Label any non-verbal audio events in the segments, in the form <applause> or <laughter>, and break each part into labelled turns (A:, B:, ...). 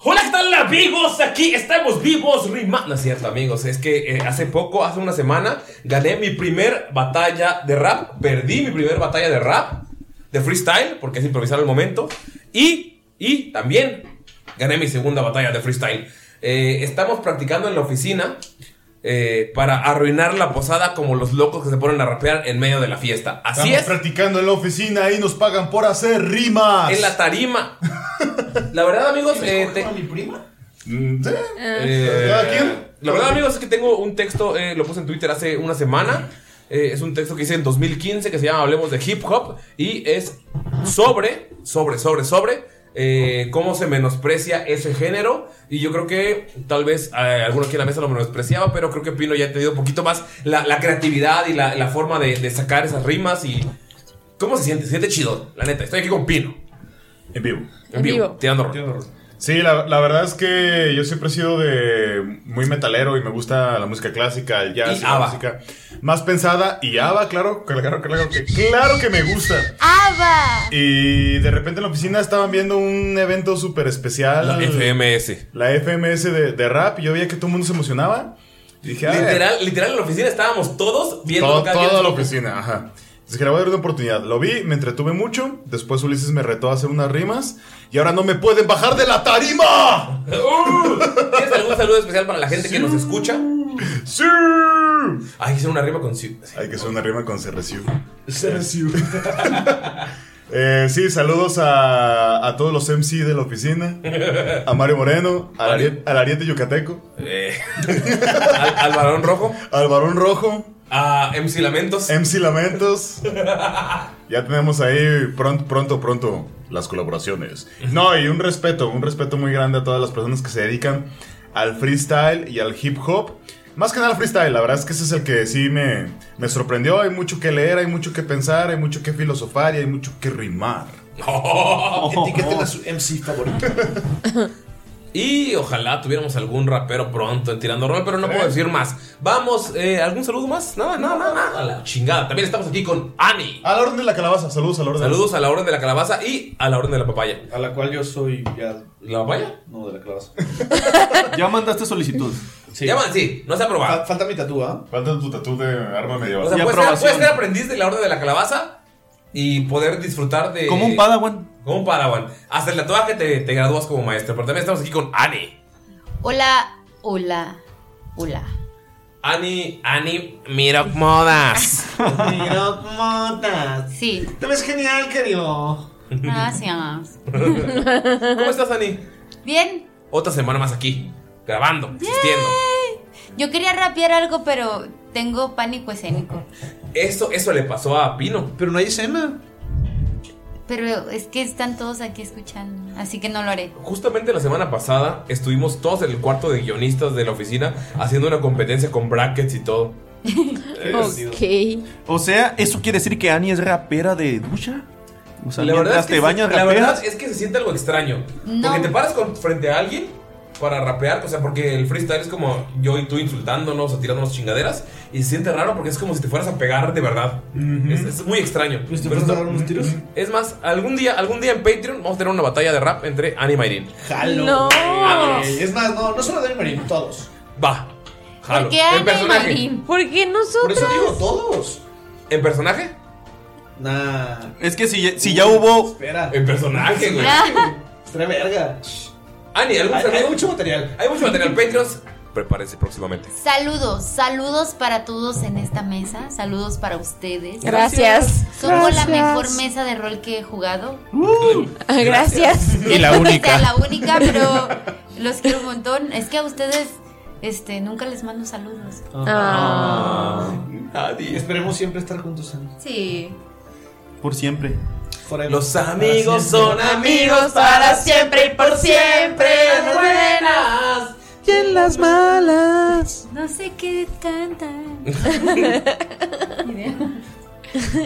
A: Hola, ¿qué tal amigos? Aquí estamos vivos, rima... No es cierto, amigos, es que eh, hace poco, hace una semana, gané mi primer batalla de rap, perdí mi primer batalla de rap, de freestyle, porque es improvisar al momento, y, y también gané mi segunda batalla de freestyle. Eh, estamos practicando en la oficina eh, para arruinar la posada como los locos que se ponen a rapear en medio de la fiesta. Así
B: Estamos
A: es.
B: practicando en la oficina y nos pagan por hacer rimas.
A: En la tarima. La verdad,
B: <laughs>
A: amigos. eh, te- <laughs>
B: Mm, sí.
A: Eh,
B: ¿Cada quien?
A: La verdad, amigos, es que tengo un texto, eh, lo puse en Twitter hace una semana. Eh, es un texto que hice en 2015 que se llama Hablemos de Hip Hop y es sobre, sobre, sobre, sobre eh, cómo se menosprecia ese género. Y yo creo que tal vez eh, alguno aquí en la mesa lo menospreciaba, pero creo que Pino ya ha tenido un poquito más la, la creatividad y la, la forma de, de sacar esas rimas. y ¿Cómo se siente? Se siente chido, la neta. Estoy aquí con Pino.
B: En vivo.
A: En vivo, tirando rol.
B: Sí, la, la verdad es que yo siempre he sido de muy metalero y me gusta la música clásica, el jazz,
A: Y
B: la
A: ABBA.
B: música más pensada y ABBA, claro, claro, claro que claro que me gusta.
C: ¡Ava!
B: Y de repente en la oficina estaban viendo un evento súper especial,
A: La FMS.
B: la FMS de, de rap, y yo veía que todo el mundo se emocionaba. Y dije, "Ah,
A: Literal, literal en la oficina estábamos todos viendo
B: Todo-
A: acá,
B: toda
A: viendo-
B: la oficina, ajá. Entonces dije, le voy a dar una oportunidad. Lo vi, me entretuve mucho. Después Ulises me retó a hacer unas rimas. Y ahora no me pueden bajar de la tarima.
A: ¡Uh! ¿Tienes algún saludo especial para la gente que nos escucha?
B: ¡Sí!
A: Ay, hice una rima con sí.
B: Hay que hacer una rima con CRSU. <laughs> Eh, sí, saludos a, a todos los MC de la oficina. A Mario Moreno, al Ariete, al Ariete Yucateco,
A: Eh, <laughs> al, al varón rojo,
B: al Barón Rojo,
A: a MC Lamentos.
B: MC
A: <laughs>
B: Lamentos. Ya tenemos ahí pronto, pronto, pronto las colaboraciones. No, y un respeto, un respeto muy grande a todas las personas que se dedican al freestyle y al hip hop. Más que nada al freestyle, la verdad es que ese es el que sí me, me sorprendió. Hay mucho que leer, hay mucho que pensar, hay mucho que filosofar y hay mucho que rimar.
A: Oh.
D: Etiqueten a su MC favorito.
A: Y ojalá tuviéramos algún rapero pronto en Tirando Rol, pero no
B: Eh.
A: puedo decir más. Vamos, eh, ¿algún saludo más? Nada, nada, nada, nada. A la chingada. También estamos aquí con Ani.
B: A la orden de la calabaza, saludos a la orden.
A: Saludos a la orden de la calabaza y a la orden de la papaya.
D: A la cual yo soy ya.
A: Eh. ¿La papaya?
D: No, de la clase.
E: <laughs> Ya mandaste solicitud.
D: Sí.
A: Ya van, sí, no se ha aprobado.
D: Fal- falta mi ¿ah? tatúa.
B: Falta tu tatú de arma medieval.
A: O sea,
E: Ya
A: puedes ser,
E: aprobación.
A: puedes ser aprendiz de la orden de la calabaza y poder disfrutar de.
E: Como un
A: Padawan. Como un Padawan. Hasta el tatuaje te, te gradúas como maestro. Pero también estamos aquí con Annie.
C: Hola, hola, hola.
A: Annie, Annie Mirok Modas.
F: Miro motas.
C: Sí.
F: Te ves genial, querido.
C: Gracias.
A: <laughs> ¿Cómo estás, Ani?
C: Bien.
A: Otra semana más aquí, grabando, existiendo.
C: Eh, Yo quería rapear algo, pero tengo pánico escénico.
A: Eso, eso le pasó a Pino.
F: Pero no hay escena.
C: Pero es que están todos aquí escuchando, así que no lo haré.
A: Justamente la semana pasada estuvimos todos en el cuarto de guionistas de la oficina haciendo una competencia con brackets y todo. Eh,
E: O sea, ¿eso quiere decir que Annie es rapera de ducha? O sea,
A: la
E: mientras
A: verdad, es
E: te
A: que,
E: bañas,
A: se, la
E: rapeas.
A: verdad es que se siente algo extraño.
C: No.
A: Porque te paras con- frente a alguien para rapear, o sea, porque el freestyle es como yo y tú insultándonos o tirándonos chingaderas. Y se siente raro porque es como si te fueras a pegar de verdad. es, es muy extraño. Pero esto- Es más, algún día, algún día en Patreon vamos a tener una batalla de rap entre Annie y Mayrin.
F: Jalo.
C: No.
F: güey. Es más, no, no solo Dani Marín, todos.
A: Va. Jalo.
C: ¿Por qué
A: ¿En
C: Ana y
A: personaje?
C: Marín?
G: ¿Por qué
F: Por
G: nosotros?
F: eso digo todos.
A: ¿En personaje?
F: Nah.
E: Es que si, ya- si ya hubo.
F: Espera.
A: En personaje, güey.
C: Ah.
F: Estaría verga.
A: Ani, ¿algún
F: Hay, hay
A: saludo?
F: mucho material.
A: Hay mucho material Patreons. Prepárense próximamente.
C: Saludos, saludos para todos en esta mesa, saludos para ustedes.
G: Gracias.
C: Somos la
G: Gracias.
C: mejor mesa de rol que he jugado.
E: ¡Uh!
G: <laughs> Gracias.
C: Y la única. <laughs> la única, pero los quiero un montón. Es que a ustedes este, nunca les mando saludos.
G: Ah.
F: Y
A: Nadie.
F: esperemos siempre estar juntos. Ana.
C: Sí.
E: Por siempre.
F: Forever.
A: Los amigos
F: Para
A: son
F: siempre.
A: amigos para siempre y por siempre. Las buenas.
E: Y en las malas.
C: No sé qué cantan.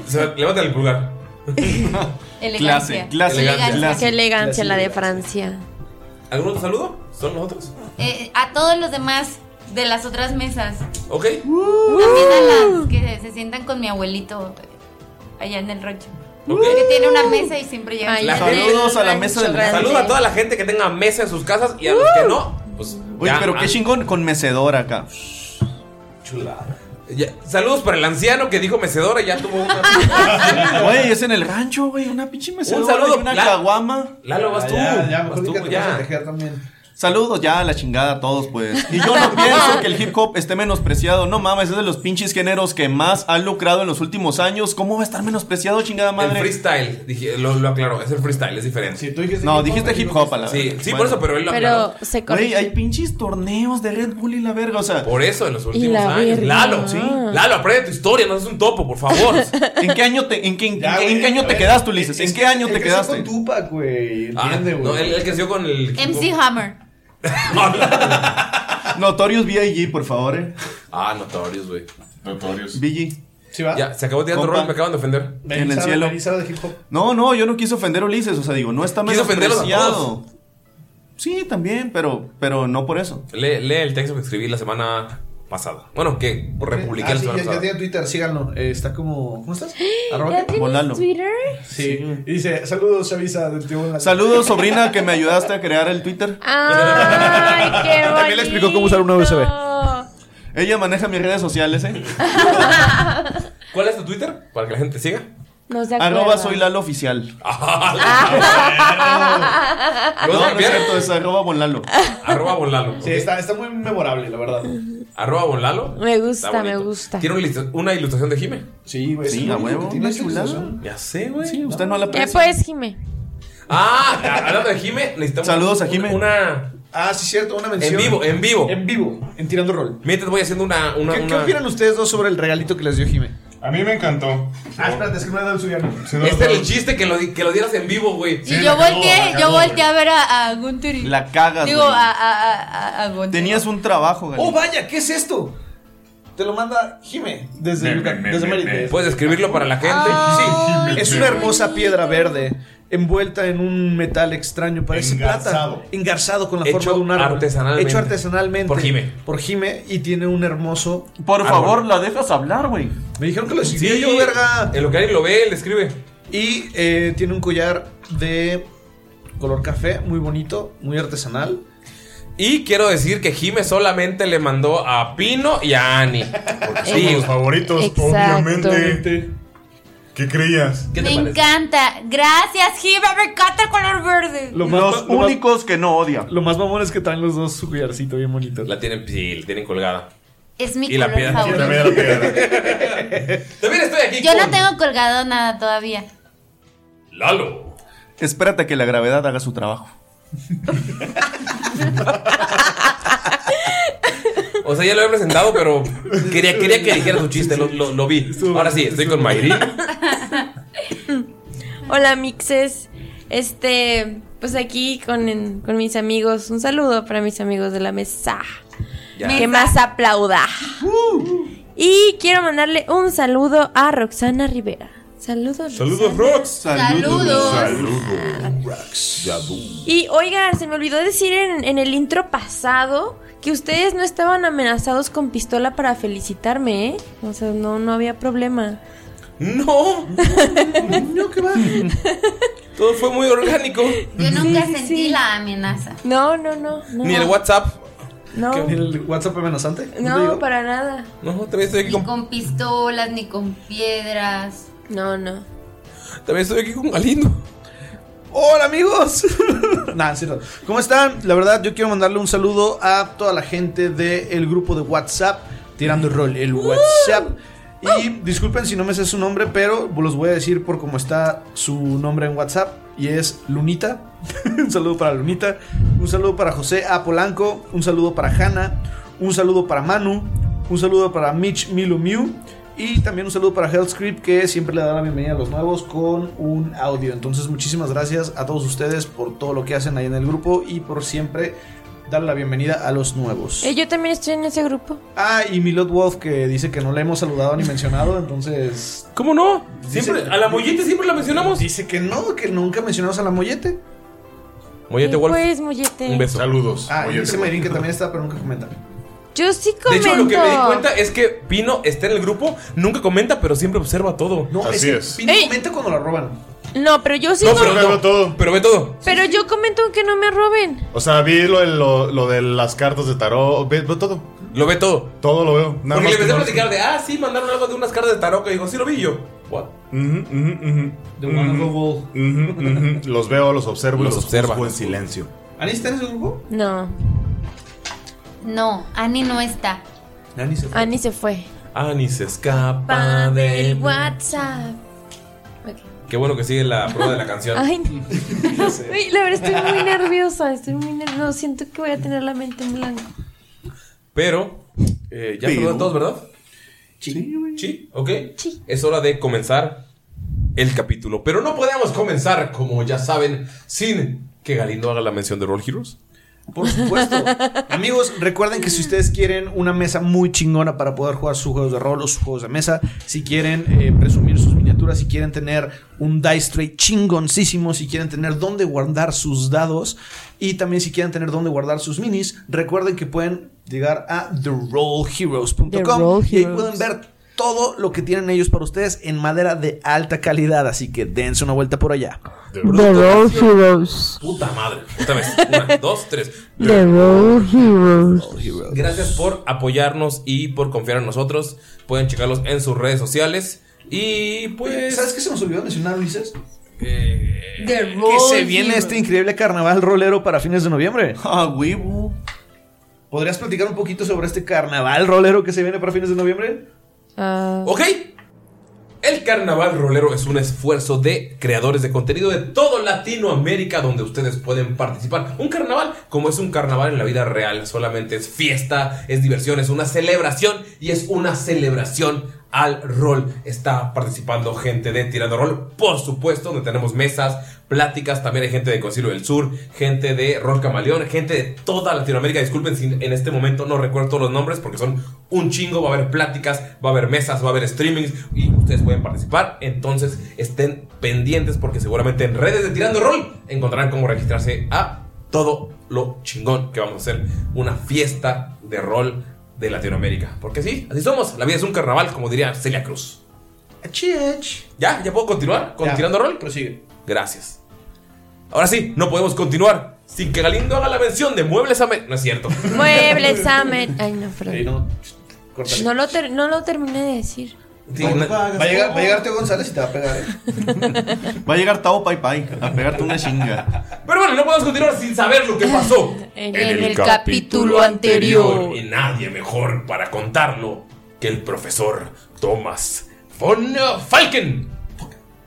A: Se- levanta el pulgar.
G: <laughs>
C: Elegancia.
E: Clase, clase,
C: Elegancia.
G: Qué elegancia
F: Gracias,
G: la de
F: gracias.
G: Francia.
A: ¿Algún otro saludo? ¿Son nosotros?
C: Eh, a todos los demás de las otras mesas.
A: Ok.
C: También a las que se sientan con mi abuelito allá en el rancho.
A: ok.
C: Que tiene una mesa y siempre llega.
G: Ay,
A: La-
G: en el
E: saludos a la mesa
G: rancho
E: del-
G: grande.
A: Saludo a toda la gente que tenga mesa en sus casas y a los que no, pues.
E: Oye,
A: ya,
E: pero
A: ah,
E: qué chingón con mecedora acá.
F: Chulada.
A: ya. Saludos para el anciano que dijo mecedora y ya tuvo
E: <laughs>
A: una.
E: Güey, es en el rancho, güey. Una pinche mecedora.
A: saludo,
E: y una
A: la-
E: caguama.
A: Lalo, vas tú.
F: Ah, Ya, ya,
A: vas
F: mejor
A: tú,
F: dígate vas a
A: ya.
F: tejer también.
E: Saludos ya a la chingada a todos, pues. Y yo
A: <laughs>
E: no pienso que el hip hop esté menospreciado. No mames, es de los pinches géneros que más han lucrado en los últimos años. ¿Cómo va a estar menospreciado, chingada
A: El
E: madre?
A: freestyle, dije, lo, lo aclaró, es el freestyle, es diferente. Sí,
F: Si tú dijiste
E: No, dijiste hip hop a la
A: sí,
E: verga.
A: por
E: Bueno.
A: eso, pero él lo aclaró.
G: Pero se
E: Güey,
G: corrige.
E: hay pinches torneos de Red Bull y la verga, o sea.
A: Por eso en los últimos
G: la
A: años.
G: verga.
A: Lalo,
G: Sí.
A: Lalo, aprende tu historia, no seas un topo, por
E: <laughs>
A: favor.
E: ¿En qué año te, en qué, en
F: Ya,
E: qué- en
F: güey,
E: qué año
F: a
E: te
F: ver.
E: quedaste, Ulises?
F: Es
E: ¿En
F: que-
E: qué año
F: es
E: te
F: que creció
E: quedaste?
F: con Tupac, güey.
A: Ah,
F: Entiende, güey.
A: no, él, él creció con el.
C: MC Hammer.
E: Notorious B.I.G., por favor, eh.
A: Ah, notorios, güey.
B: Notorios.
E: B.I.G.
F: ¿Sí va?
A: Ya, se acabó tirando
E: Compa.
A: rol, me acaban de ofender.
E: en el
F: Benizada,
E: cielo.
F: Benizada de hip hop.
E: No, no, yo no quise ofender a Ulises, o sea, digo, no está
A: Quise ofenderlos a
E: menospreciado. Sí, también, pero, pero no por eso.
A: Lee, lee el texto que escribí la semana pasada. Bueno, que republiqué
F: Ah,
A: la
F: sí,
A: semana
F: ya, ya
A: pasada.
F: tiene Twitter, síganlo. Eh, está como. ¿Cómo estás?
G: <gasps> ¿Ya
F: Arroba.
G: tienes
E: Volalo.
G: Twitter?
F: Sí. Y dice, saludos, Chavisa del Tribunal.
E: Saludos, sobrina, que me ayudaste a crear el Twitter.
H: Ah.
G: Ay,
F: <laughs>
G: qué bonito.
F: También le explicó cómo usar una USB.
E: Ella maneja mis redes sociales, eh.
A: <laughs> ¿Cuál es tu Twitter? Para que la gente te siga. Ah.
G: No se acuerda.
E: Arroba Ah, soy Lalo oficial.
A: Lo
I: <laughs>
E: No,
A: vas a
E: no es
A: cambiar.
E: cierto, es arroba bonlalo.
A: Arroba Bonlalo.
F: Sí, está, está muy memorable, la verdad.
A: Arroba Bonlalo.
G: Me gusta,
A: Está bonito.
G: me gusta.
A: Tiene un listo- una ilustración de Jime.
F: Sí, güey.
E: Sí, a huevo.
F: Tiene
E: Una chulada.
A: Ya sé, güey.
E: Sí, usted
I: Eh,
E: no la
G: ¿Qué
E: aprecia.
G: pues, Jime?
A: Ah, hablando de Jime, necesitamos.
E: Saludos a
A: un-
E: Jime.
A: Una.
F: Ah, sí, cierto, una mención.
A: En vivo, en vivo.
F: En vivo, en Tirando Rol.
A: Mientras voy haciendo una. una,
F: ¿Qué, qué
A: una-
F: opinan ustedes dos sobre el regalito que les dio Jimé?
B: A mí me encantó.
F: Ah, espérate, es que no he dado el suyo.
B: Sí, no,
A: Este
B: no.
A: era el chiste que lo, di- que lo dieras en vivo, güey.
C: y
B: Sí,
C: yo
B: la cagó,
C: volteé,
B: la
C: yo
B: cagó,
C: volteé
B: güey.
C: a ver a, a Gunter y-
E: La cagas,
C: Digo, ah,
E: güey.
C: a, a, a, a Gunter.
E: Tenías un
A: <laughs>
E: trabajo, Gali.
F: ¡Oh, vaya! ¿Qué es esto? Te lo manda Jimé desde
B: Me,
F: Yucatán,
B: me, me,
F: desde
B: me,
F: Mérida.
B: me.
A: Puedes escribirlo para Pues, la gente.
C: Ah.
F: Sí,
B: Jimé,
F: Ah. es
B: Jimé.
F: una hermosa piedra verde envuelta en un metal extraño, parece
B: Engarzado.
F: plata, engarzado con la
A: Hecho
F: forma de un árbol,
A: artesanalmente.
F: hecho artesanalmente
A: Por Jime.
F: por Jime, y tiene un hermoso.
E: Por
A: Árbol.
E: favor, la dejas hablar, güey.
F: Me dijeron que lo
A: Sí,
F: escribí yo, verga.
A: En lo que alguien lo ve, él escribe.
F: Y eh, tiene un collar de color café, muy bonito, muy artesanal.
A: Y quiero decir que Jime solamente le mandó a Pino y a Ani.
B: Porque somos los favoritos,
G: Exacto.
B: obviamente. ¿Qué creías?
C: Me encanta. Gracias, Hiba. Me encanta el color verde.
E: Los únicos que no odia.
F: Lo más mamón es que traen los dos su collarcito bien bonito.
A: La tienen, sí, la tienen colgada.
C: Es mi
A: y la
C: color
A: piedra.
C: favorito. <laughs>
A: También estoy aquí.
C: Yo no tengo colgado nada todavía.
A: Lalo.
E: Espérate que la gravedad haga su trabajo.
A: O sea, ya lo había presentado, pero quería, quería que dijera su chiste, lo, lo- lo vi. Ahora sí, estoy con Mayri.
I: Hola, mixes. Este, pues aquí con, en- con mis amigos. Un saludo para mis amigos de la mesa.
H: Ya.
I: Que
H: Mesa.
I: más aplauda. Y quiero mandarle un saludo a Roxana Rivera. Saludos.
B: Saludos,
I: Roxana.
B: Rox.
I: Saludos.
B: Saludos, Rox.
I: Y oigan, se me olvidó decir en, en el intro pasado que ustedes no estaban amenazados con pistola para felicitarme, ¿eh? O sea, no, no había problema.
A: No.
I: No, que va.
A: Todo fue muy orgánico.
C: Yo nunca sentí la amenaza.
I: No, no, no.
A: Ni el WhatsApp.
I: No.
F: ¿Qué? ¿El WhatsApp amenazante?
I: No, para nada.
A: No, también estoy aquí
C: Ni
A: con,
C: con pistolas, ni con piedras.
I: No, no.
A: también estoy aquí con Galindo.
F: Hola <laughs> amigos. Nada, es cierto. ¿Cómo están? La verdad, yo quiero mandarle un saludo a toda la gente del grupo de WhatsApp, tirando el rol, el WhatsApp.
A: Uh,
F: Y disculpen si no me sé su nombre, pero los voy a decir por cómo está su nombre en WhatsApp. Y es Lunita. <laughs> un saludo para Lunita. Un saludo para José A. Polanco. Un saludo para Hanna. Un saludo para Manu. Un saludo para Mitch Milu Miu. Y también un saludo para HealthScript que siempre le da la bienvenida a los nuevos con un audio. Entonces muchísimas gracias a todos ustedes por todo lo que hacen ahí en el grupo y por siempre darle la bienvenida a los nuevos.
I: Eh, yo también estoy en ese grupo.
F: Ah, y Milot Wolf que dice que no le hemos saludado ni mencionado, entonces...
A: ¿Cómo no? Siempre, a la Mollete siempre la mencionamos.
F: Dice que no, que nunca mencionamos a la Mollete.
A: Mollete Wolf.
I: Pues, mollete.
B: Saludos.
F: Ah, y
A: Mollete
F: dice
A: Wolf.
F: Mayrin que también está, pero nunca comenta.
I: Yo sí
A: De
I: comento.
A: hecho, lo que me di cuenta es que Pino está en el grupo, nunca comenta, pero siempre observa todo.
F: No,
A: Así es.
F: Pino comenta cuando lo roban.
I: No, pero yo sí
A: No,
I: com-
A: pero
I: pero,
A: ve todo. Pero ve todo.
I: yo comento que no me roben.
B: O sea, vi lo, de- lo, lo de las cartas de tarot. Ve, veo todo.
A: Lo ve todo.
B: Todo lo veo. Nada
A: Porque le
B: más que
A: empecé a
B: no-
A: platicar de, ah, sí, mandaron algo de unas cartas de tarot que dijo, sí lo vi yo. What?
F: The Wonderful World.
B: Ujú, ujú. Los veo, los observo, y
A: Los
B: los
A: observa.
B: observo en silencio.
F: ¿Ani está en ese grupo?
I: No,
C: No, Ani no está.
A: Ani se
I: Ani se fue.
A: Ani se escapa de...
I: WhatsApp.
A: Qué bueno que sigue la prueba de la canción.
I: <laughs> Ay,
A: <laughs>
I: no. Ay, la verdad estoy muy nerviosa, estoy muy nerviosa. Siento que voy a tener la mente en blanco.
A: Pero, eh, ya
F: Pero-
A: saludan todos, ¿verdad?
F: Sí,
A: Sí, ok. Es hora de comenzar el capítulo. Pero no podemos comenzar, como ya saben, sin que Galindo haga la mención de Roll Heroes.
F: Por
A: <laughs>
F: supuesto. Amigos, recuerden que si ustedes quieren una mesa muy chingona para poder jugar sus juegos de rol o sus juegos de mesa, si quieren eh, presumir sus miniaturas, si quieren tener un dice tray chingoncísimo, si quieren tener dónde guardar sus dados y también si quieren tener dónde guardar sus minis, recuerden que pueden llegar a therollheroes.com y ahí
D: Heroes.
F: pueden ver todo lo que tienen ellos para ustedes en madera de alta calidad, así que dense una vuelta por allá.
G: Heroes.
A: Puta madre. Otra vez. Una, dos, tres.
G: The Roll Heroes.
A: Gracias por apoyarnos y por confiar en nosotros. Pueden checarlos en sus redes sociales. Y pues.
F: ¿Sabes qué se nos olvidó mencionar, Ulises?
C: Roll
F: Eh, que se viene este increíble carnaval rolero para fines de noviembre.
E: Ah, huevo.
F: ¿Podrías platicar un poquito sobre este carnaval rolero que se viene para fines de noviembre?
A: Ok. El Carnaval Rolero es un esfuerzo de creadores de contenido de todo Latinoamérica donde ustedes pueden participar. Un carnaval, como es un carnaval en la vida real, solamente es fiesta, es diversión, es una celebración y es una celebración al rol. Está participando gente de Tirando Rol, por supuesto, donde tenemos mesas, pláticas, también hay gente de Concilio del Sur, gente de Rol Camaleón, gente de toda Latinoamérica. Disculpen si en este momento no recuerdo todos los nombres porque son un chingo. Va a haber pláticas, va a haber mesas, va a haber streamings y ustedes pueden participar. Entonces estén pendientes porque seguramente en redes de Tirando Rol encontrarán cómo registrarse a todo lo chingón que vamos a hacer. Una fiesta de rol de Latinoamérica. Porque sí, así somos. La vida es un carnaval, como diría Celia Cruz. ¿Ya? ¿Ya puedo continuar con
F: Ya,
A: Tirando Rol?
F: Prosigue.
A: Gracias. Ahora sí, no podemos continuar sin que Galindo haga la mención de Muebles Amer... No
F: <laughs>
A: es cierto.
I: Muebles, examen. Ay, no, perdón.
F: no,
I: No lo, ter- no lo terminé de decir.
F: Sí, no- va, a llegar, va a llegar Teo González y te va a pegar. ¿eh?
E: Va a llegar Tao Pai Pai a pegarte una chinga.
A: Pero bueno, no podemos continuar sin saber lo
F: <laughs>
A: que pasó
I: En el el capítulo anterior.
A: Y nadie mejor para contarlo que el profesor Thomas von Falken.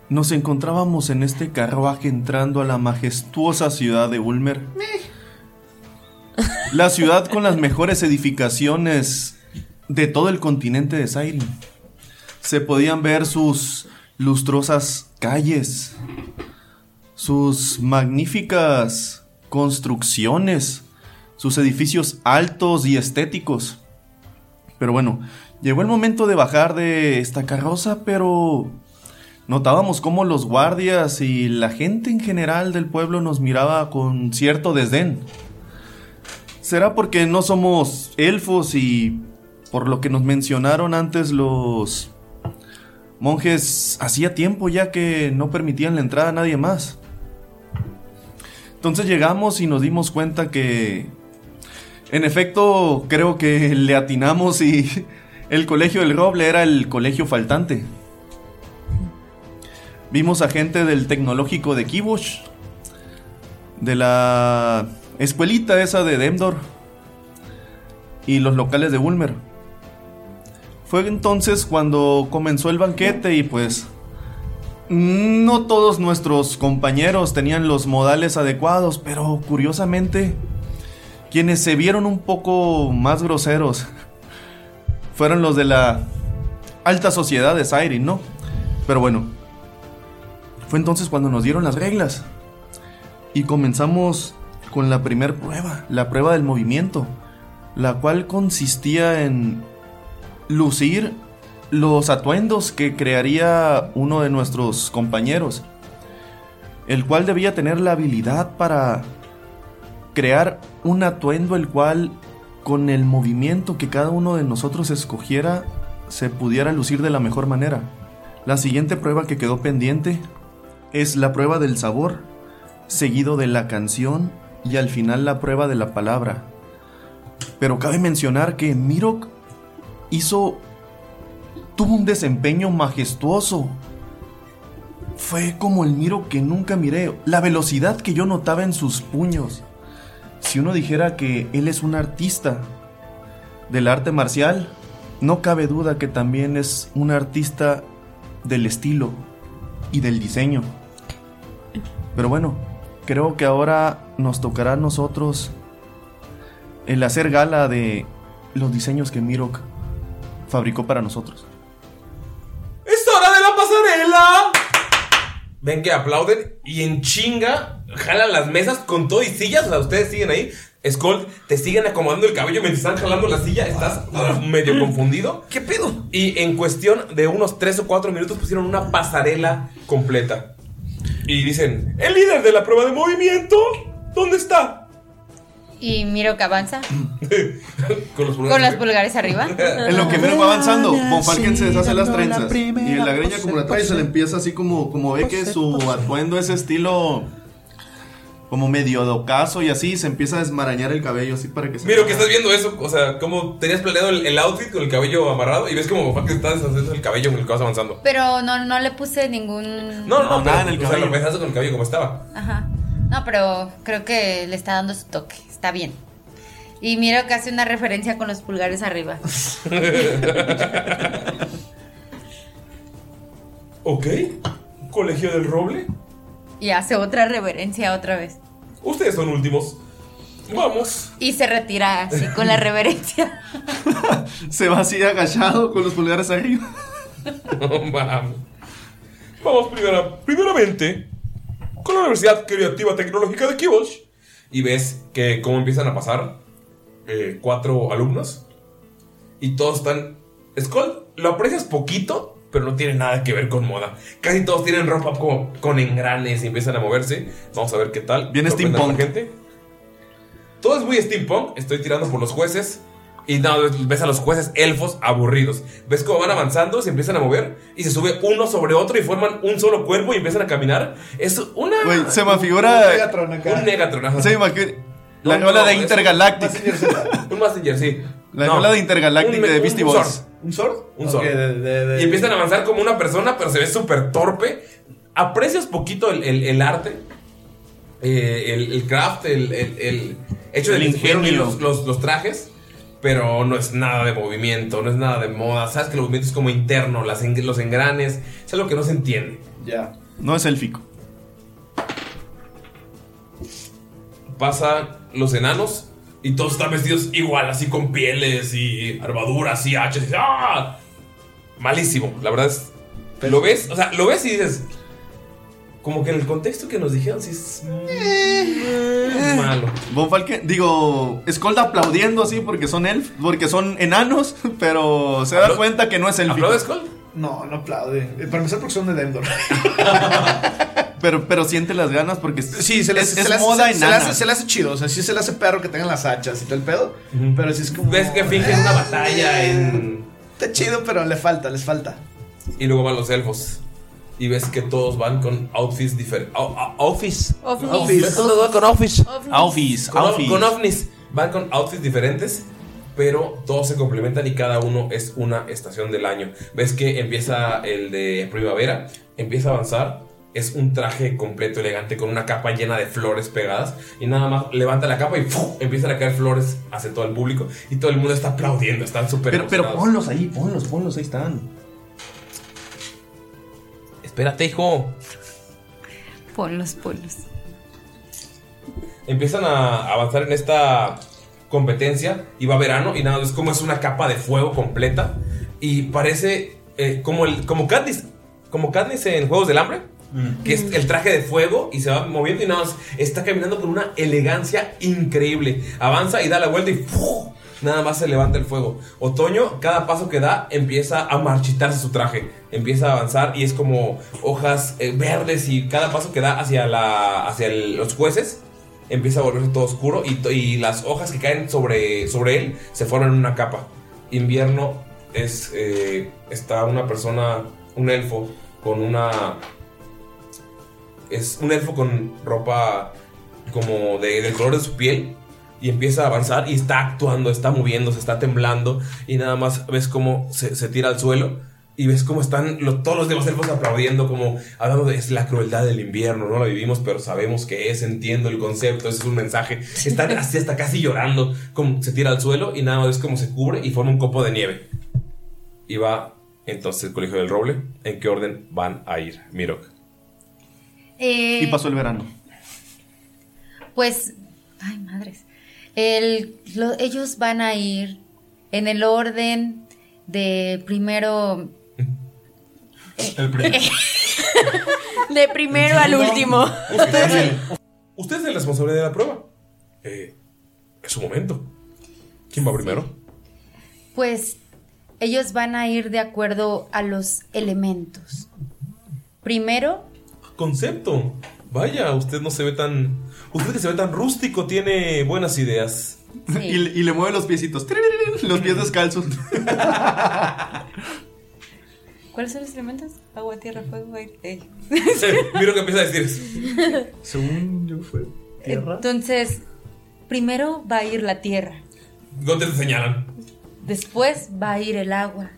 E: Nos encontrábamos en este carruaje entrando a la majestuosa ciudad de Ulmer. La ciudad con las mejores edificaciones de todo el continente de Sairin. Se podían ver sus lustrosas calles, sus magníficas construcciones, sus edificios altos y estéticos. Pero bueno, llegó el momento de bajar de esta carroza, pero Notábamos cómo los guardias y la gente en general del pueblo nos miraba con cierto desdén. ¿Será porque no somos elfos y por lo que nos mencionaron antes los monjes hacía tiempo ya que no permitían la entrada a nadie más? Entonces llegamos y nos dimos cuenta que en efecto creo que le atinamos y el colegio del roble era el colegio faltante. Vimos a gente del tecnológico de Kibosh. De la escuelita esa de Demdor. Y los locales de Ulmer. Fue entonces cuando comenzó el banquete y pues... No todos nuestros compañeros tenían los modales adecuados, pero curiosamente... Quienes se vieron un poco más groseros fueron los de la alta sociedad de Sairin, ¿no? Pero bueno, fue entonces cuando nos dieron las reglas. Y comenzamos con la primera prueba, la prueba del movimiento, la cual consistía en lucir los atuendos que crearía uno de nuestros compañeros, el cual debía tener la habilidad para crear un atuendo el cual con el movimiento que cada uno de nosotros escogiera se pudiera lucir de la mejor manera. La siguiente prueba que quedó pendiente es la prueba del sabor, seguido de la canción y al final la prueba de la palabra. Pero cabe mencionar que Mirok hizo tuvo un desempeño majestuoso. Fue como el Miro que nunca miré, la velocidad que yo notaba en sus puños. Si uno dijera que él es un artista del arte marcial, no cabe duda que también es un artista del estilo y del diseño. Pero bueno, creo que ahora nos tocará a nosotros el hacer gala de los diseños que Mirok fabricó para nosotros.
A: ¡Es hora de la pasarela! Ven que aplauden y en chinga jalan las mesas con todo y sillas. O sea, ustedes siguen ahí. Skull, te siguen acomodando el cabello mientras están jalando la silla. Estás ah, <laughs> medio confundido. ¿Qué pedo? Y en cuestión de unos 3 o 4 minutos pusieron una pasarela completa. Y dicen, el líder de la prueba de movimiento, ¿dónde está?
C: Y miro que avanza
A: Con los
C: con los pulgares
A: <laughs>
C: arriba.
E: En lo que Mirok va avanzando, Von Falken se deshace las
C: Llegando la
E: trenzas. y en la greña como la trae se le empieza así como, como ve que su atuendo es estilo como medio de ocaso y así se empieza a desmarañar el cabello así para que se
A: Miro que estás viendo eso, o sea, como tenías planeado el, el outfit con el cabello amarrado y ves como papá que estás haciendo el cabello con el que vas avanzando.
C: Pero no, no le puse ningún.
A: No, no, no nada en el cabello. O sea, lo pensaste con el cabello como estaba.
C: Ajá. No, pero creo que le está dando su toque. Está bien. Y miro que hace una referencia con los pulgares
A: <laughs>
C: arriba.
A: <laughs> ok, colegio del roble.
C: Y hace otra reverencia otra vez.
A: Ustedes son últimos. Vamos.
C: Y se retira así con la
A: <laughs>
C: reverencia.
E: Se va así agachado con los
A: <laughs>
E: pulgares arriba.
A: vamos. Vamos primera, primeramente con la Universidad Creativa Tecnológica de Kibosh. Y ves que cómo empiezan a pasar eh, cuatro alumnos. Y todos están... Skull, lo aprecias poquito, pero no tiene nada que ver con moda. Casi todos tienen ropa como con engranes y empiezan a moverse. Vamos a ver qué tal. Bien
E: steampunk.
A: gente. Todo es muy steampunk. Estoy tirando por los jueces. Y nada, ves- ves a los jueces elfos aburridos. Ves cómo van avanzando, se empiezan a mover y se sube uno sobre otro y forman un solo cuerpo y empiezan a caminar. Es una.
E: Güey, se me figura-
A: Un Megatron acá. Un Megatron, ajá.
E: Se imagina- La
A: No,
E: ola
A: no,
E: de
A: es-
E: Intergalactic.
A: Un Messenger, sí.
E: La novela de Intergaláctica de Beastie Boys.
A: ¿Un sword? Un
E: Ok,
A: sword.
E: de- de- de-
A: y empiezan a avanzar como una persona, pero se ve súper torpe. Aprecias poquito el, el- el arte, eh, el, el craft, el, el- el hecho de
E: El
A: que supieron bien
E: ingenio.
A: los, los- los trajes, pero no es nada de movimiento, no es nada de moda. Sabes que el movimiento es como interno, las en- los engranes, es algo que no se entiende.
F: Ya.
E: No es élfico.
A: Pasan los enanos y todos están vestidos igual, así con pieles y armaduras y hachas. Y, ¡ah! Malísimo, la verdad es. lo ves, o sea, lo ves y dices. Como que el contexto que nos dijeron sí es. Malo.
E: Eh, Von Falken, digo, Scold aplaudiendo así porque son elf, porque son enanos, <laughs> pero se da cuenta que no es élfico.
A: ¿Aplaude Scold?
F: No, no aplaude. Eh, Para empezar, porque son de Demdor.
E: <laughs> Pero, pero siente las ganas
F: <laughs>
E: porque
F: Sí, se le
E: es,
F: hace,
E: es
F: se le hace-
E: moda
F: se- se le
E: enana.
F: hace- se le hace chido. O sea, sí se le hace perro que tengan las hachas y todo el pedo. Pero sí es como. Eh,
A: Ves que fingen una batalla en.
F: Está chido, pero le falta, les falta.
A: Y luego van los elfos. Y ves que todos van con outfits diferentes. Office.
I: Ovnis.
A: Office. Todos van con office.
I: Ovnis.
E: Outfits,
A: Con,
E: outfits.
A: con ovnis. Van con outfits diferentes. Pero todos se complementan y cada uno es una estación del año. Ves que empieza el de primavera. Empieza a avanzar. Es un traje completo, elegante, con una capa llena de flores pegadas. Y nada más levanta la capa y ¡fu! empiezan a caer flores hacia todo el público. Y todo el mundo está aplaudiendo, están súper
E: Pero, pero
A: emocionados.
E: ponlos ahí, ponlos, ponlos, ahí están.
A: Espérate, hijo.
C: Ponlos, ponlos.
A: empiezan a avanzar en esta competencia y va verano y nada, es como es una capa de fuego completa y parece eh, como el como Katniss, como Katniss en Juegos del Hambre, que es el traje de fuego y se va moviendo y nada, más está caminando con una elegancia increíble. Avanza y da la vuelta y ¡fu! Nada más se levanta el fuego. Otoño, cada paso que da, empieza a marchitarse su traje. Empieza a avanzar y es como hojas eh, verdes y cada paso que da hacia, la, hacia el- los jueces, empieza a volverse todo oscuro y, to- y las hojas que caen sobre, sobre él se forman en una capa. Invierno es eh, está una persona, un elfo con una es un elfo con ropa como de- del color de su piel y empieza a avanzar y está actuando, está moviéndose, está temblando y nada más ves cómo se, se tira al suelo y ves cómo están lo- todos los demás elfos aplaudiendo como hablando de es la crueldad del invierno, no la vivimos pero sabemos que es, entiendo el concepto, ese es un mensaje, están así hasta casi llorando, como se tira al suelo y nada más ves cómo se cubre y forma un copo de nieve. Y va entonces el colegio del roble, ¿en qué orden van a ir, Mirok?
C: Eh,
E: el verano.
C: Pues, ay madres. El- lo- ellos van a ir en el orden de primero.
A: El primero.
I: De primero al último.
A: Usted
E: <laughs>
A: es el, usted es el responsable de la prueba. Eh, es su momento. ¿Quién va primero?
C: Pues ellos van a ir de acuerdo a los elementos. Primero,
A: Concepto. Vaya, usted no se ve tan. Usted que se ve tan rústico tiene buenas ideas.
C: Sí.
E: Y, le- y le mueve los piecitos. Tririririr, <laughs> Los pies descalzos.
C: ¿cuáles son los elementos? Agua, tierra, fuego, aire. Eh.
A: Miro que empieza a decir.
E: Según yo fue.
C: Entonces, primero va a ir la tierra,
A: Gotes te señalan.
C: después va a ir el agua,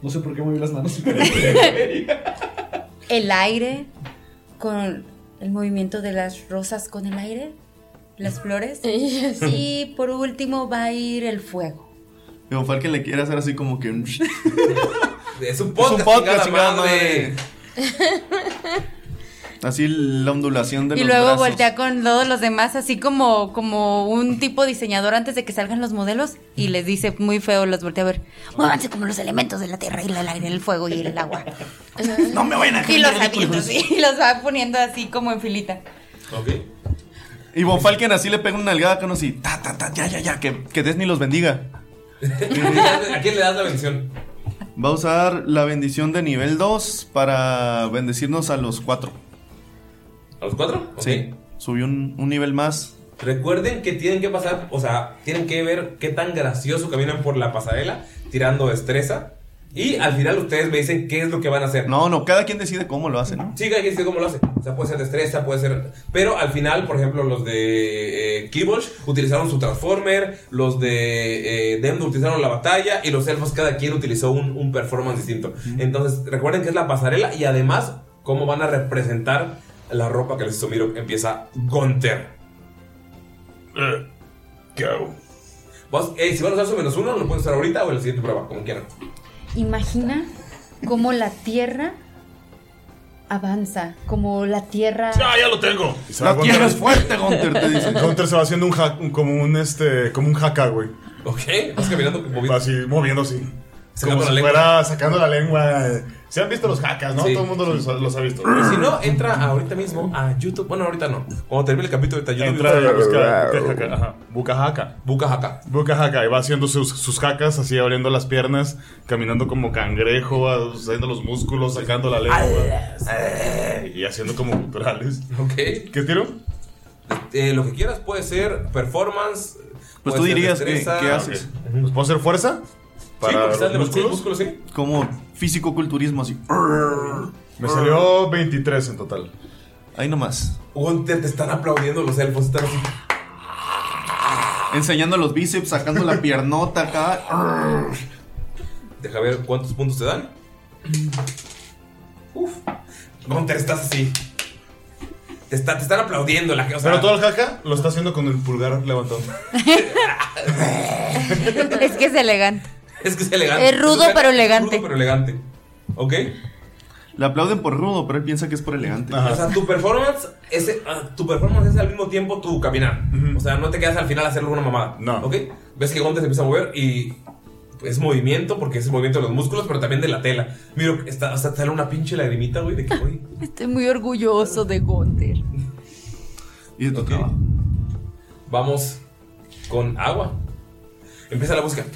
F: No sé por qué moví las
A: <laughs>
F: manos.
C: el aire con el movimiento de las rosas con el aire,
I: <laughs>
C: las flores, y por último va a ir el fuego.
E: Von Falken le quiere hacer así como que un.
A: Es un
E: podcast, chingada
A: chingada
E: madre. Así la ondulación de
C: Y
E: los
C: luego
E: brazos.
C: voltea con todos los demás, así como, como un tipo diseñador antes de que salgan los modelos, y les dice muy feo, los voltea a ver, muévanse como los elementos de la tierra, y el aire, el fuego y el <laughs> agua.
E: No me vayan a
C: Y
E: dejar
C: los
E: en ridículo.
C: avientos, y los va poniendo así como en filita.
E: Y Von Falken así le pega una nalgada con así. Ta, ta, ta, ya, ya, ya. Que, que Disney los bendiga.
A: ¿A quién le das la bendición?
E: Va a usar la bendición de nivel 2 para bendecirnos a los 4.
A: ¿A los cuatro?
E: Sí. Subió un, un nivel más.
A: Recuerden que tienen que pasar, o sea, tienen que ver qué tan gracioso caminan por la pasarela tirando destreza. Y al final ustedes me dicen qué es lo que van a hacer.
E: No, no, cada quien decide cómo lo hace, ¿no?
A: Sí, cada quien decide cómo lo hace. O sea, puede ser destreza, puede ser. Pero al final, por ejemplo, los de eh, Kibosh utilizaron su Transformer, los de eh, Demdo utilizaron la batalla y los elfos, cada quien utilizó un, un performance distinto. Entonces, recuerden que es la pasarela y además, cómo van a representar la ropa que les hizo Miro. Empieza Gunter. Go. Vos, eh, si van a usar su menos uno, lo pueden usar ahorita o en la siguiente prueba, como quieran.
C: Imagina cómo la tierra avanza, como la
A: <laughs>
C: tierra.
B: ¡Ah, ya lo tengo!
E: La tierra es fuerte, Gunter, te
B: dice. <laughs> Gunter se va haciendo un hack, un- como un este, como un haka, güey.
A: Ok, vas caminando moviendo.
B: Así, moviendo así.
A: Sacando
B: Como
A: la
B: si
A: lengua.
B: fuera sacando la lengua. Se han visto los hackers, ¿no?
A: Sí.
B: Todo el mundo los, los ha visto.
A: Y si no, entra ahorita mismo a YouTube. Bueno, ahorita no. Cuando termine el capítulo, está YouTube.
B: Entra a buscar
A: Bukahaka.
B: Bukahaka. Bukahaka.
A: Bukahaka.
B: Bukahaka. Y va haciendo sus, sus jacas, así abriendo las piernas, caminando como cangrejo, haciendo los músculos, sacando la lengua. y haciendo como culturales.
A: Ok.
B: ¿Qué tiro?
A: Eh, lo que quieras puede ser performance. puede
E: Pues tú
A: ser
E: dirías que-
A: destreza.
E: que haces.
B: Pues puedo hacer fuerza.
A: Sí, porque están
B: los
A: de músculos. músculos, sí.
E: Como físico-culturismo, así.
B: Me salió 23 en total.
E: Ahí nomás.
A: Gunter, te están aplaudiendo los elfos. Están así.
E: Enseñando los bíceps, sacando la piernota acá.
A: Deja ver cuántos puntos te dan. Uf. Gunter, estás así. Te, está- te están aplaudiendo la gente. o sea-
B: Pero todo el jaca lo está haciendo con el pulgar levantado.
C: es que es elegante.
A: Es que <laughs> es elegante.
C: Es rudo, pero elegante.
A: Rudo, pero elegante. ¿Ok?
E: Le aplauden por rudo, pero él piensa que es por elegante.
A: O sea, tu performance, es, ah, tu performance es al mismo tiempo tu caminar. O sea, no te quedas al final a hacer alguna mamada. No. ¿Ok? Ves que Gonte se empieza a mover y es movimiento, porque es movimiento de los músculos, pero también de la tela. Miro, está, hasta te sale una pinche lagrimita, güey, de que, güey,
C: Estoy muy orgulloso de Gunter.
E: Y de tu trabajo.
A: Vamos con agua. Empieza la búsqueda.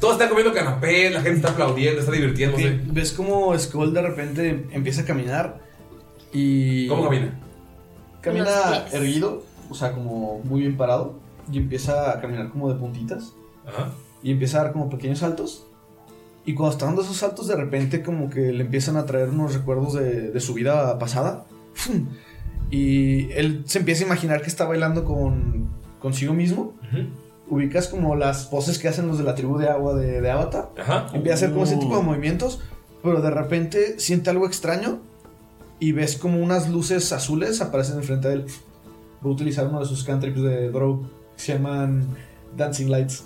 A: Todos están comiendo canapés, la gente está aplaudiendo, está divirtiéndose.
F: ¿Ves cómo Skull de repente empieza a caminar? Y.
A: ¿Cómo camina?
F: Camina
A: Los pies.
F: erguido, o sea, como muy bien parado. Y empieza a caminar como de puntitas.
A: Ajá.
F: Y empieza a dar como pequeños saltos. Y cuando está dando esos saltos, de repente, como que le empiezan a traer unos recuerdos de, de su vida pasada. Y él se empieza a imaginar que está bailando con, consigo mismo. Ubicas como las poses que hacen los de la tribu de agua de, de Avatar.
A: Ajá.
F: Empieza a hacer como ese tipo de movimientos, pero de repente siente algo extraño y ves como unas luces azules aparecen enfrente de él. Va a utilizar uno de sus cantrips de Drow, que se llaman Dancing Lights.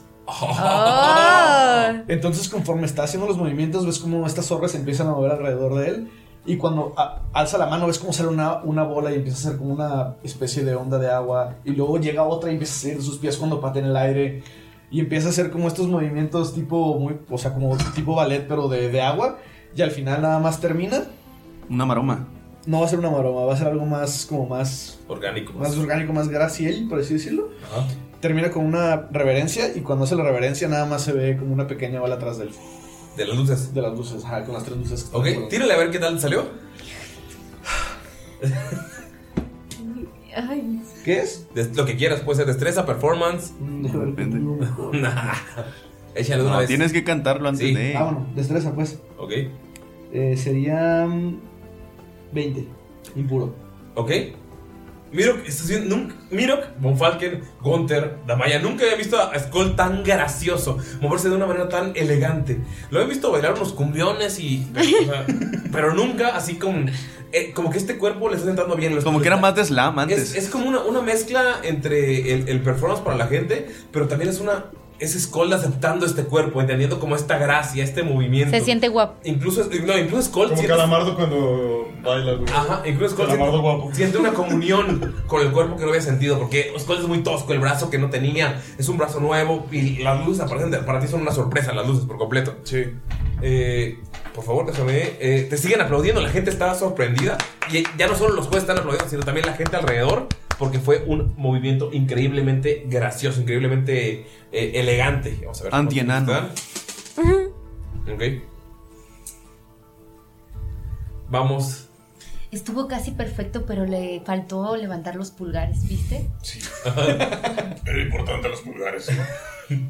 F: Entonces, conforme está haciendo los movimientos, ves como estas orbes se empiezan a mover alrededor de él. Y cuando a- alza la mano, ves como sale una, una bola y empieza a hacer como una especie de onda de agua. Y luego llega otra y empieza a salir de sus pies cuando patea en el aire. Y empieza a hacer como estos movimientos tipo, muy, o sea, como tipo ballet, pero de, de agua. Y al final nada más termina.
E: Una maroma.
F: No va a ser una maroma, va a ser algo más, como más
A: Orgánico.
F: más orgánico, más graciel, por así decirlo.
A: Ajá.
F: Termina con una reverencia y cuando hace la reverencia nada más se ve como una pequeña bola atrás de él.
A: De las luces.
F: De las luces, ajá, con las tres luces. que están
A: Ok,
F: volando.
A: tírale a ver qué tal te salió.
I: Ay,
F: ¿Qué es?
A: Des- lo que quieras, puede ser destreza, performance.
E: Depende.
A: <laughs> Nah. Échale de una
E: No,
A: vez.
E: tienes que cantarlo antes
A: Sí.
E: de.
F: Ah, bueno, destreza pues.
A: Ok.
F: Eh, sería mm, 20, impuro.
A: Ok. Mirok, estás viendo. Nunca, Mirok, Von Falken, Gunther, Damaya. Nunca había visto a Skull tan gracioso. Moverse de una manera tan elegante. Lo he visto bailar unos cumbiones y. <laughs> o sea, pero nunca así con. eh, como que este cuerpo le está sentando bien. Los-
E: Como que era más de slam antes.
A: es, es como una, una mezcla entre el, el performance para la gente, pero también es una. Es Skull aceptando este cuerpo, entendiendo como esta gracia, este movimiento.
C: Se siente guapo.
A: Incluso, no, incluso Skull
B: Como
A: siente-
B: Calamardo cuando baila, güey.
A: Ajá, incluso Skull siente,
B: Calamardo guapo. <laughs>
A: siente una comunión con el cuerpo que no había sentido, porque Skull es muy tosco, el brazo que no tenía, es un brazo nuevo y las luces aparecen, de- para ti son una sorpresa las luces por completo. Sí. por favor, déjame. eh, te siguen aplaudiendo, la gente está sorprendida y ya no solo los jueces están aplaudiendo, sino también la gente alrededor, porque fue un movimiento increíblemente gracioso, increíblemente eh, elegante. Vamos a ver.
E: Antienano.
A: cuántos te dan. Ok. Vamos
C: Estuvo casi perfecto, pero le faltó levantar los pulgares, ¿viste?
H: Era importante los pulgares.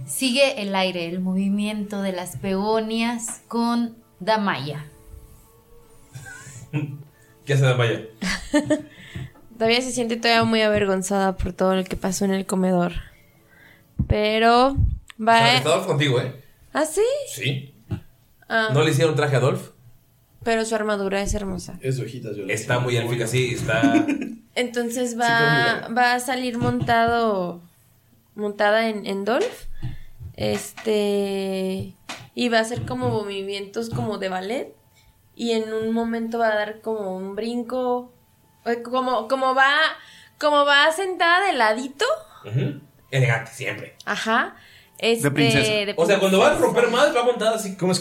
C: Sigue el aire, el movimiento de las peonias con Damaya.
A: ¿Qué hace Damaya?
I: Eh. Todavía se siente todavía muy avergonzada por todo lo que pasó en el comedor. Pero va.
A: Ah, Está Adolf contigo, ¿eh?
I: ¿Ah, sí?
A: Sí.
I: Ah,
A: ¿No le hicieron traje a Adolf?
I: Pero su armadura es hermosa.
A: Es hojitas, yo Está muy élfica, sí, <laughs> está.
I: Entonces va, va a salir montado. Montada en, en Dolph. Este. Y va a hacer como movimientos como de ballet. Y en un momento va a dar como un brinco. eh, Como, como va. Como va sentada de ladito.
A: Ujú. Elegante, siempre.
I: Ajá. Este, de
A: o sea, cuando va a
I: princesa.
A: romper más, va montada así. Como
I: Sí,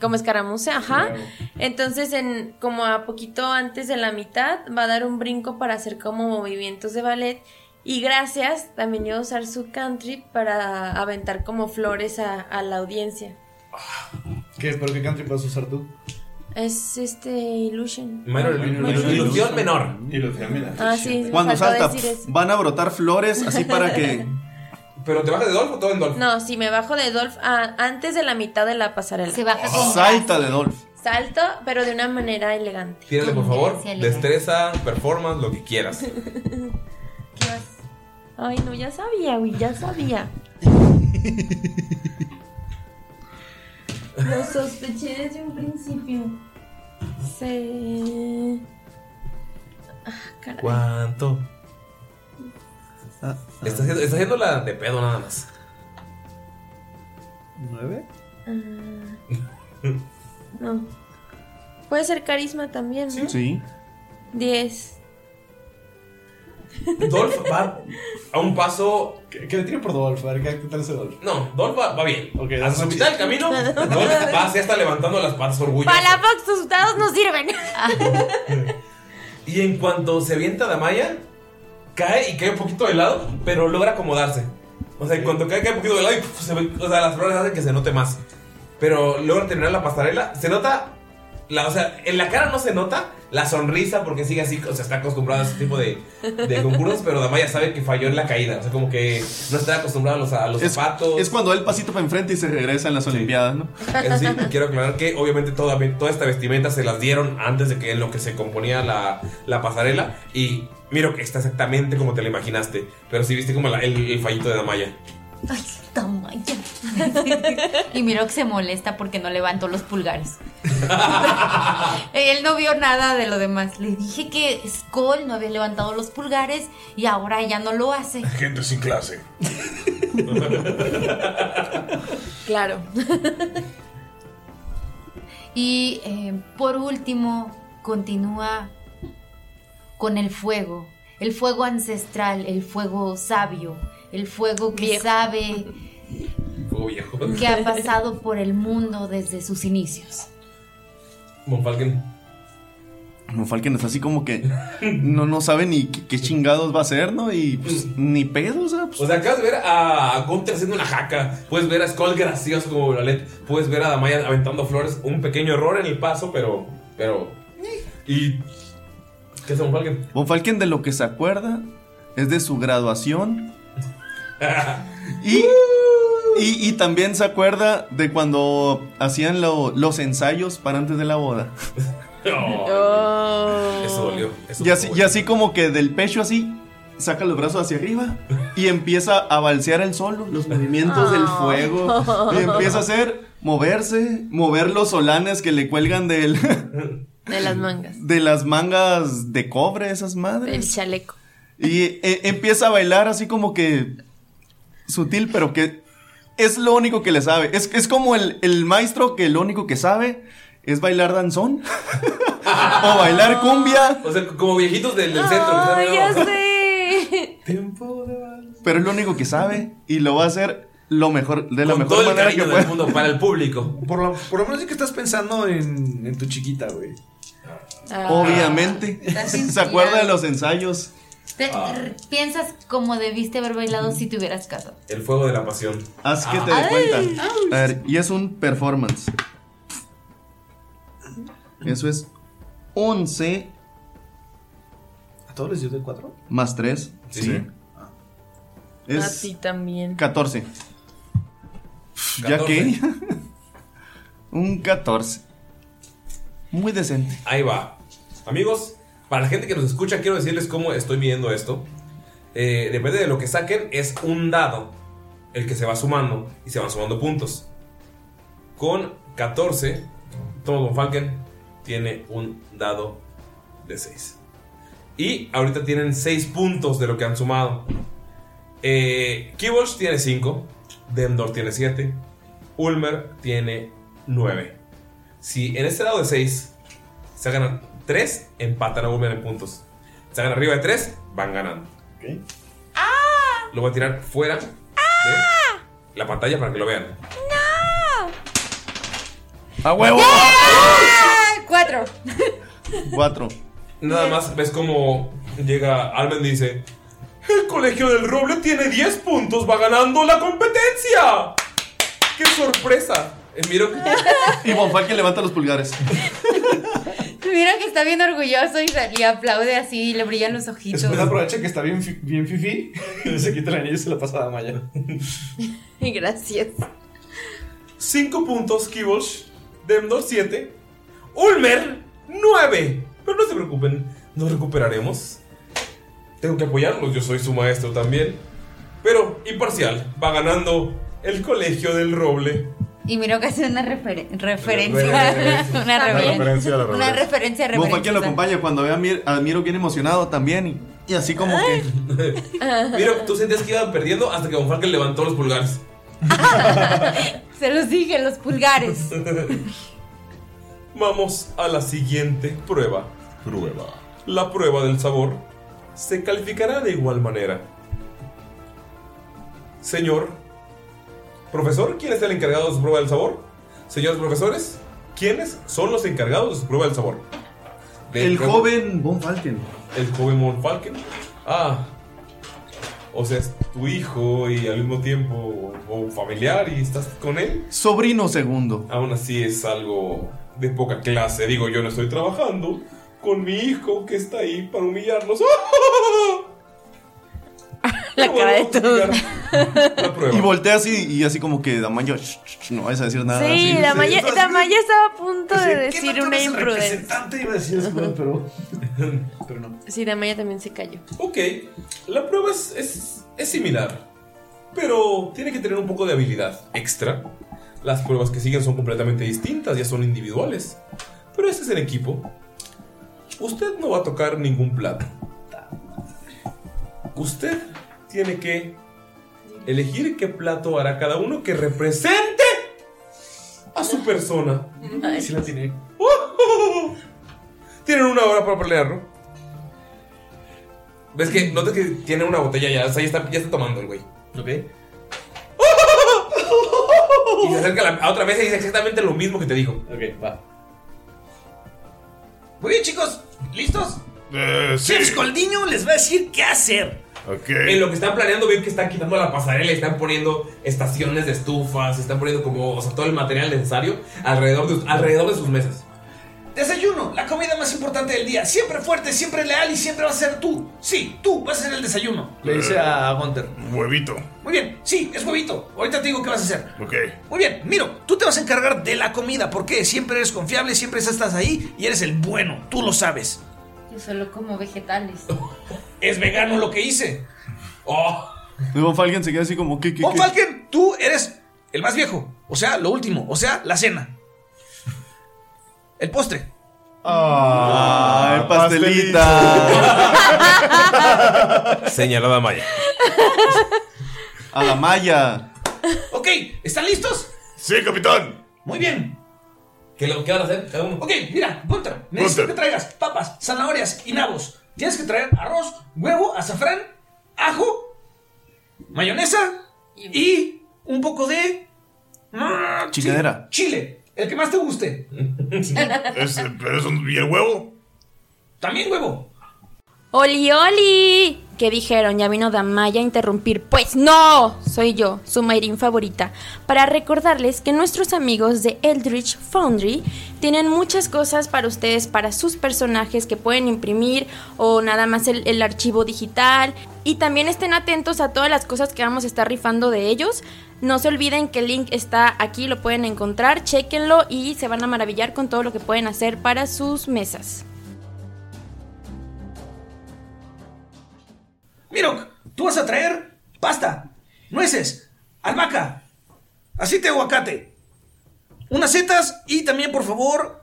I: como escaramuza, ajá. Entonces, en, como a poquito antes de la mitad, va a dar un brinco para hacer como movimientos de ballet. Y gracias, también iba a usar su country para aventar como flores a, a la audiencia.
F: ¿Qué? ¿Pero qué country vas a usar tú?
I: Es este Illusion.
A: Ilusión menor.
E: Ilusión menor.
I: Ah, sí, me
E: Cuando
I: faltó
E: salta,
I: decir eso.
E: van a brotar flores así para que.
A: <laughs> ¿Pero te bajas de Dolph o todo en Dolph?
I: No, si me bajo de Dolph a- antes de la mitad de la pasarela. Se
C: baja
E: Salta de Dolph.
I: Salto, pero de una manera elegante.
A: Tírale, por favor.
I: Gracias, Elena.
A: Destreza, performance, lo que quieras.
I: Ay, no, ya sabía, güey, ya sabía.
C: Lo sospeché desde un principio.
I: Se. Ah,
A: ¿Cuánto? Está haciendo, está haciendo la de pedo nada más.
F: ¿Nueve?
I: Ah. No. Puede ser carisma también, ¿no?
E: Sí.
I: 10.
A: Dolph va a un paso.
D: ¿Qué, qué le tiene por Dolph? A ver, ¿qué, qué tal ese Dolph?
A: No, Dolph va, va bien. Hasta
D: dame
A: su mitad del
D: chiste.
A: camino, Dolph va así hasta levantando las patas
I: <laughs>
A: orgullo.
I: Para Fox, tus dados nos sirven.
A: <laughs> Y en cuanto se avienta Damaya, cae y cae un poquito de lado, pero logra acomodarse. O sea, cuando cae, cae un poquito de lado y puf, se ve- o sea, las flores hacen que se note más. Pero logra terminar la pasarela. Se nota, la, o sea, en la cara no se nota la sonrisa porque sigue así, o sea, está acostumbrada a ese tipo de, de concursos, pero Damaya sabe que falló en la caída. O sea, como que no está acostumbrada a los, a los zapatos.
E: Es cuando da el pasito para enfrente y se regresa en las Olimpiadas, ¿no?
A: Eso sí, <laughs> quiero aclarar que obviamente toda, toda esta vestimenta se las dieron antes de que en lo que se componía la, la pasarela. Y miro que está exactamente como te la imaginaste. Pero sí viste como la- el, el fallito de Damaya.
C: Ay, Damaya. y miró que se molesta porque no levantó los pulgares. Él no vio nada de lo demás. Le dije que Skull no había levantado los pulgares y ahora ya no lo hace.
H: Gente sin clase.
I: Claro.
C: <laughs> Y eh, por último, continúa con el fuego. El fuego ancestral, el fuego sabio, el fuego que sabe
A: Fuego viejo.
C: que <laughs> ha pasado por el mundo desde sus inicios.
A: Monfalken.
E: Monfalken es así como que no, no sabe ni qué, qué chingados va a hacer, ¿no? Y pues,
A: Mm.
E: ni pedo, o sea, pues,
A: O sea, acabas de ver a Gunther haciendo una jaca. Puedes ver a Skull gracioso como Violet. Puedes ver a Damaya aventando flores. Un pequeño error en el paso, pero. Pero. Y. ¿Qué es
E: <laughs>
A: Monfalken?
E: Von Falken de lo que se acuerda es de su graduación. y, y, y también se acuerda de cuando hacían lo- los ensayos para antes de la boda.
I: Oh.
A: Ah. Eso dolió. Eso
E: Y así, y así como que del pecho así, saca los brazos hacia arriba y empieza a balsear el solo, los movimientos del
F: Ah.
E: fuego. Y empieza a hacer moverse, mover los solanes que le cuelgan del, <laughs>
I: De las mangas.
E: de las mangas de cobre, esas madres.
I: El chaleco.
E: Y eh, empieza a bailar así como que sutil, pero que es lo único que le sabe. Es, es como el, el maestro que lo único que sabe es bailar danzón <laughs> o bailar cumbia.
A: O sea, como viejitos del, del centro. que están
I: ya
A: viendo-
I: sé.
E: Pero es lo único que sabe y lo va a hacer lo mejor, de la mejor
A: todo el
E: manera que
A: cariño
E: pueda.
A: del mundo para el público.
F: Por lo, por lo menos es que estás pensando en, en tu chiquita, güey.
C: Ah.
E: Obviamente.
C: Estás
E: <laughs> Se acuerda de los ensayos.
C: Te-
E: Ah.
C: r- Piensas como debiste haber bailado si te hubieras casado.
A: El fuego de la pasión.
E: Haz que te
C: Ah.
E: dé
C: Ay.
E: cuenta. A ver, y es un performance. Eso es 11
J: ¿A todos les dio de 4?
E: Más 3. Sí.
I: A
E: Es
I: ti también.
E: 14. ¿Ya que Un 14. <laughs> Muy decente.
A: Ahí va. Amigos, para la gente que nos escucha, quiero decirles cómo estoy midiendo esto. Eh, depende de lo que saquen, es un dado el que se va sumando y se van sumando puntos. Con 14, Thomas von Falken tiene un dado de 6. Y ahorita tienen 6 puntos de lo que han sumado. Eh, Kibosh tiene 5, Demdor tiene 7, Ulmer tiene 9. Si en este dado de 6 sacan 3, empatan a Ulmer en puntos. Sacan arriba de 3, van ganando. Lo voy a tirar fuera de la pantalla para que lo vean.
E: ¡A huevo!
C: ¡Ah! Cuatro.
E: 4.
A: Nada más ves como llega Almen dice: El colegio del Roble tiene 10 puntos, va ganando la competencia. ¡Qué sorpresa! Eh, Miro
E: Y Von Falken levanta los pulgares.
C: Mira que está bien orgulloso y, se- y aplaude así y le brillan los ojitos.
K: Después aprovecha que está bien, fi- bien fifi <laughs> y se quita el anillo y se la pasa a Damaya.
I: <laughs>
C: Gracias.
A: 5 puntos, Kibosh. Demdor 7. Ulmer 9. Pero no se preocupen, nos recuperaremos. Tengo que apoyarlos, yo soy su maestro también. Pero imparcial, va ganando el colegio del Roble.
C: Y miro que hace una referen- referencia. <laughs>
A: referencia.
C: una,
E: Una
C: referencia.
E: referencia a la
C: Una
E: referencia.
C: referencia
E: Von Falken lo
C: referenciosa.
E: acompaña cuando ve a Mir- a Miro bien emocionado también. Y, y así como que.
C: <laughs>
A: Miro, tú sentías que iba perdiendo hasta que Von Falken levantó los pulgares.
C: Se los dije, los pulgares.
A: <laughs> Vamos a la siguiente prueba. Prueba. La prueba del sabor se calificará de igual manera. Señor, profesor, ¿quién es el encargado de su prueba del sabor? Señores profesores, ¿quiénes son los encargados de su prueba del sabor?
E: El joven Von Falken.
A: El joven Von Falken. Ah. O sea, es tu hijo y al mismo tiempo o familiar y estás con él.
E: Sobrino segundo.
A: Aún así es algo de poca clase. Digo, yo
K: <laughs>
A: no estoy <laughs> trabajando con mi hijo que está ahí para humillarnos. <laughs> La cara de todo.
E: Y voltea así y así como que Damayo, "Shh, shh, shh, no vais a decir nada.
I: Sí,
E: así.
I: Damaya, Damaya estaba a punto de decir una
K: eres el
I: imprudencia.
K: representante? Iba a decir eso, pero. pero no.
I: Sí, Damaya también se cayó.
A: Ok, la prueba es, es- es similar, pero tiene que tener un poco de habilidad extra. Las pruebas que siguen son completamente distintas, ya son individuales. Pero este es en equipo. Usted no va a tocar ningún plato. Usted tiene que elegir qué plato hará cada uno que represente a su persona.
K: Sí la tiene.
A: ¡Uh! Tienen una hora para pelearlo. ¿Ves que notas que tiene una botella ya? O sea, ya está, ya está tomando el güey. Ok. Y se acerca a, la- a otra mesa y dice exactamente lo mismo que te dijo. Ok, va. Muy bien, chicos. ¿Listos?
H: Eh, sí.
A: Chef Coldiño les va a decir qué hacer. En lo que están planeando, ven que están quitando la pasarela, están poniendo estaciones de estufas, están poniendo como, o sea, todo el material necesario alrededor de, alrededor de sus mesas.
F: Desayuno, la comida más importante del día. Siempre fuerte, siempre leal y siempre vas a ser tú. Sí, tú vas a ser el desayuno.
K: Le dice a Gunter.
H: Huevito.
F: Muy bien, sí, es huevito. Ahorita te digo qué vas a hacer.
H: Ok.
F: Muy bien, Miro, tú te vas a encargar de la comida porque siempre eres confiable, siempre estás ahí y eres el bueno, tú lo sabes.
C: Yo solo como vegetales.
F: Es vegano lo que hice. Oh,
E: Y Von Falken se queda así como que.
F: Von Falken, tú eres el más viejo, o sea, lo último, o sea, la cena. El postre.
E: Ah, ¡Ay, pastelita!
A: Señalada Maya.
E: A la Maya.
F: Ok, ¿están listos?
H: Sí, capitán.
F: Muy bien.
A: ¿Qué, lo- qué van a hacer cada uno?
F: Ok, mira, Gunter, necesito que traigas papas, zanahorias y nabos. Tienes que traer arroz, huevo, azafrán, ajo, mayonesa y un poco de mm,
E: Chingadera.
F: chile, el que más te
H: <laughs>
F: guste.
H: Es- pero eso- ¿Y el huevo?
F: También huevo.
I: ¡Oli, oli! que dijeron, ya vino Damaya a interrumpir. Pues no, soy yo, su Mayrin favorita, para recordarles que nuestros amigos de Eldritch Foundry tienen muchas cosas para ustedes, para sus personajes que pueden imprimir o nada más el, el archivo digital. Y también estén atentos a todas las cosas que vamos a estar rifando de ellos. No se olviden que el link está aquí, lo pueden encontrar, chequenlo y se van a maravillar con todo lo que pueden hacer para sus mesas.
L: Mirok, tú vas a traer pasta, nueces, albahaca, aceite de aguacate, unas setas y también, por favor,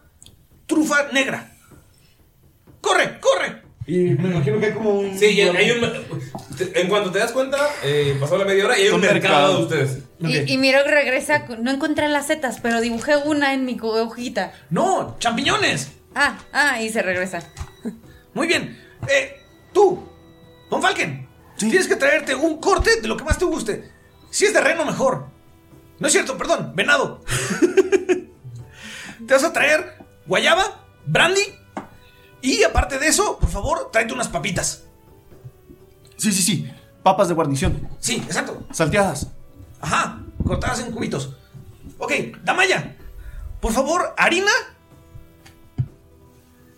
L: trufa negra. ¡Corre, corre!
F: Y me imagino que hay como un.
A: Sí, ya hay un. En cuanto te das cuenta, eh, pasó la media hora y hay un mercado de ustedes.
C: Y, y miro que regresa, con- no encontré las setas, pero dibujé una en mi co- hojita.
L: ¡No! ¡Champiñones!
C: Ah, ah, y se regresa.
L: Muy bien. Eh, tú, Don Falken, tienes que traerte un corte de lo que más te guste. Si es de reno, mejor. No es cierto, perdón,
E: <laughs>
L: venado. te vas a traer guayaba, brandy y aparte de eso, por favor, tráete unas papitas.
E: Sí, sí, sí. Papas de guarnición.
L: Sí, exacto.
E: Salteadas.
L: Ajá, cortadas en cubitos. Ok, Damaya, por favor, harina.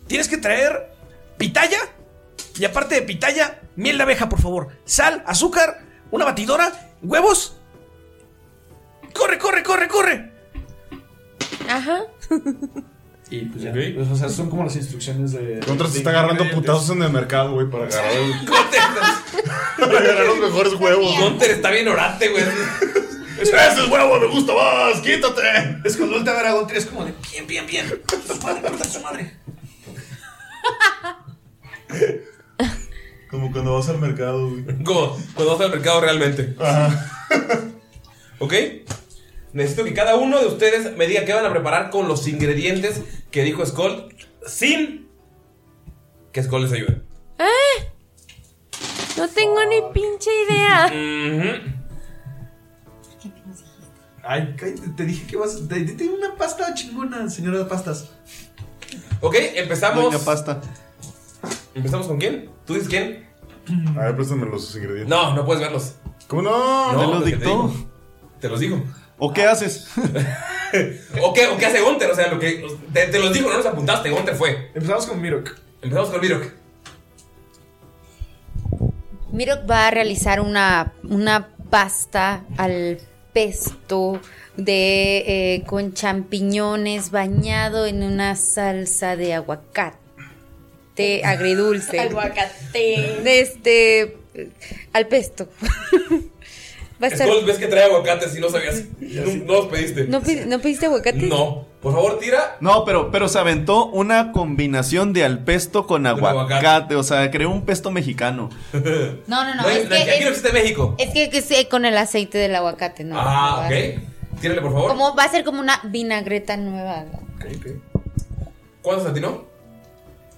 L: Tienes que traer pitaya. Y aparte de pitaya, miel de abeja, por favor. Sal, azúcar, una batidora, huevos. ¡Corre, corre, corre, corre!
K: <laughs>
I: Ajá.
F: Y pues ya. Pues, o sea, son como las instrucciones de.
B: Contra se
F: de
B: está agarrando
F: ingredientes.
B: putazos en el mercado, güey, para agarrar,
F: <laughs>
H: <laughs>
B: para agarrar los mejores huevos.
A: Gunter está bien orante, güey.
B: Ese es huevo, me gusta más, quítate.
L: Es cuando voltea a ver a Gunter, es como de bien, bien, bien. Su madre, corta su madre.
B: Como cuando vas al mercado, güey.
A: Como cuando vas al mercado realmente. ¿Ok? Necesito que cada uno de ustedes me diga qué van a preparar con los ingredientes que dijo Skull sin que Skull les ayude.
I: ¡Ah! No tengo ni pinche
F: <laughs>
I: idea.
F: Ay, cállate, te dije que vas. Te, te- te- una pasta chingona, señora de pastas.
A: Ok, empezamos.
E: Doña pasta.
A: ¿Empezamos con quién? ¿Tú dices quién?
B: A ver, préstame los ingredientes.
A: No, no puedes verlos.
B: ¿Cómo no?
A: No,
B: ¿Te lo
A: lo que te
B: dictó?
A: digo. Te los digo.
E: ¿O qué haces?
A: ¿O qué, o qué hace Gunter? O sea, lo que. Te, te los digo, no los apuntaste. Gunter fue.
F: Empezamos con Mirok.
A: Empezamos con Mirok.
C: Mirok va a realizar una, una pasta al pesto de eh, con champiñones bañado en una salsa de aguacate <laughs> agridulce.
I: Aguacate.
C: De este al pesto. <laughs> Va a estar-
A: Skull, ves que trae aguacates y
C: <laughs>
A: no sabías. No, no los pediste.
C: ¿No, pi- no pediste aguacate?
A: No. Por favor, tira.
E: No, pero, pero se aventó una combinación de al pesto con aguacate. O sea, creó un
A: <laughs>
E: pesto mexicano.
C: No, no, no,
A: No,
C: es,
A: la
C: que,
A: que aquí no
C: es,
A: existe en México.
C: es que, que es con el aceite del aguacate, ¿no?
A: Ah,
C: Va a ser-
A: ok. Tírale, por favor.
C: Como va a ser como una vinagreta nueva.
A: ¿Cuántos atinó?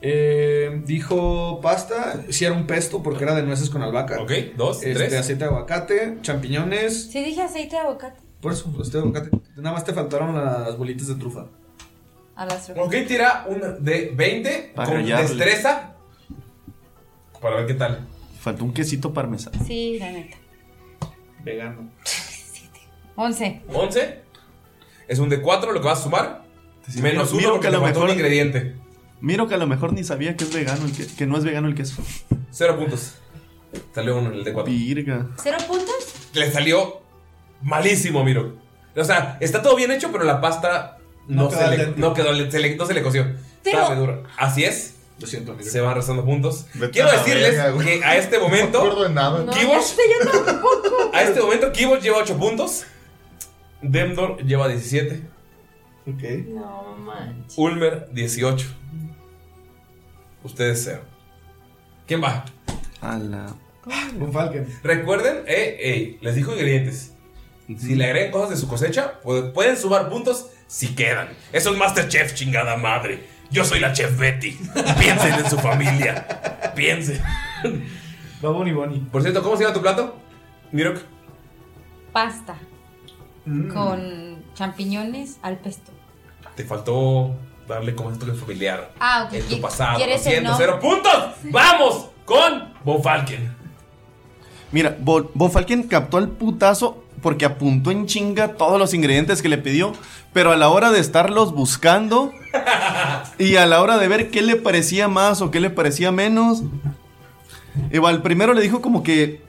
F: Eh, dijo pasta, si era un pesto porque era de nueces con albahaca.
A: Ok, dos,
F: este,
A: tres.
F: aceite de aguacate, champiñones.
C: Sí Pues, dije aceite de aguacate.
F: Por eso, pues, aceite de aguacate. Nada más te faltaron las bolitas de trufa.
C: A las
A: Ok, tira un de 20
E: Para
A: con
E: rayarle.
A: destreza. Para ver qué tal.
E: Faltó un quesito parmesano.
C: Sí, la neta.
F: Vegano.
C: 11.
A: 11. Es un de 4 lo que vas a sumar. Menos
E: miro
A: uno porque
E: que a
A: le
E: lo
A: faltó un
E: mejor-
A: ingrediente.
E: Miro que a lo mejor ni sabía que es vegano el que, que no es vegano el queso.
A: Cero puntos. Salió uno en el de 4.
E: Virga.
C: ¿Cero puntos?
A: Le salió malísimo, miro. O sea, está todo bien hecho, pero la pasta no,
F: No quedó
A: se, le,
F: al dente.
A: no, quedó, al- se le- no se le coció.
F: Pero-
A: Estaba muy dura. Así es.
F: Lo siento,
A: Se van restando puntos.
B: a
A: Quiero
B: la
A: decirles
B: verga, güey.
A: que a este momento.
B: No me acuerdo de nada.
A: Kibos- A este momento, Kibos lleva 8 puntos. Demdor lleva 17.
F: Ok.
I: No man.
A: Ulmer 18. Ustedes cero. ¿Quién va?
E: A la.
F: Con Falken.
A: Recuerden, eh, eh, les dijo ingredientes. Si le agregan cosas de su cosecha, pu- pueden sumar puntos si quedan. Eso es Masterchef, chingada madre. Yo soy la chef Betty. Piensen en su familia. Piensen.
F: Va Bonnie Bonnie.
A: Por cierto, ¿cómo se llama tu plato? Mirok.
C: Pasta con champiñones al pesto.
A: Te faltó darle como ese toque familiar.
C: Ah, ok.
A: En tu
C: ¿Qui-
A: pasado.
C: quieres el
A: Haciendo
C: nombre?
A: cero puntos. Vamos con Von Falken.
E: Mira, Bo- Von Falken captó al putazo porque apuntó en chinga todos los ingredientes que le pidió, pero a la hora de estarlos buscando y a la hora de ver qué le parecía más o qué le parecía menos, Eva, al primero le dijo como que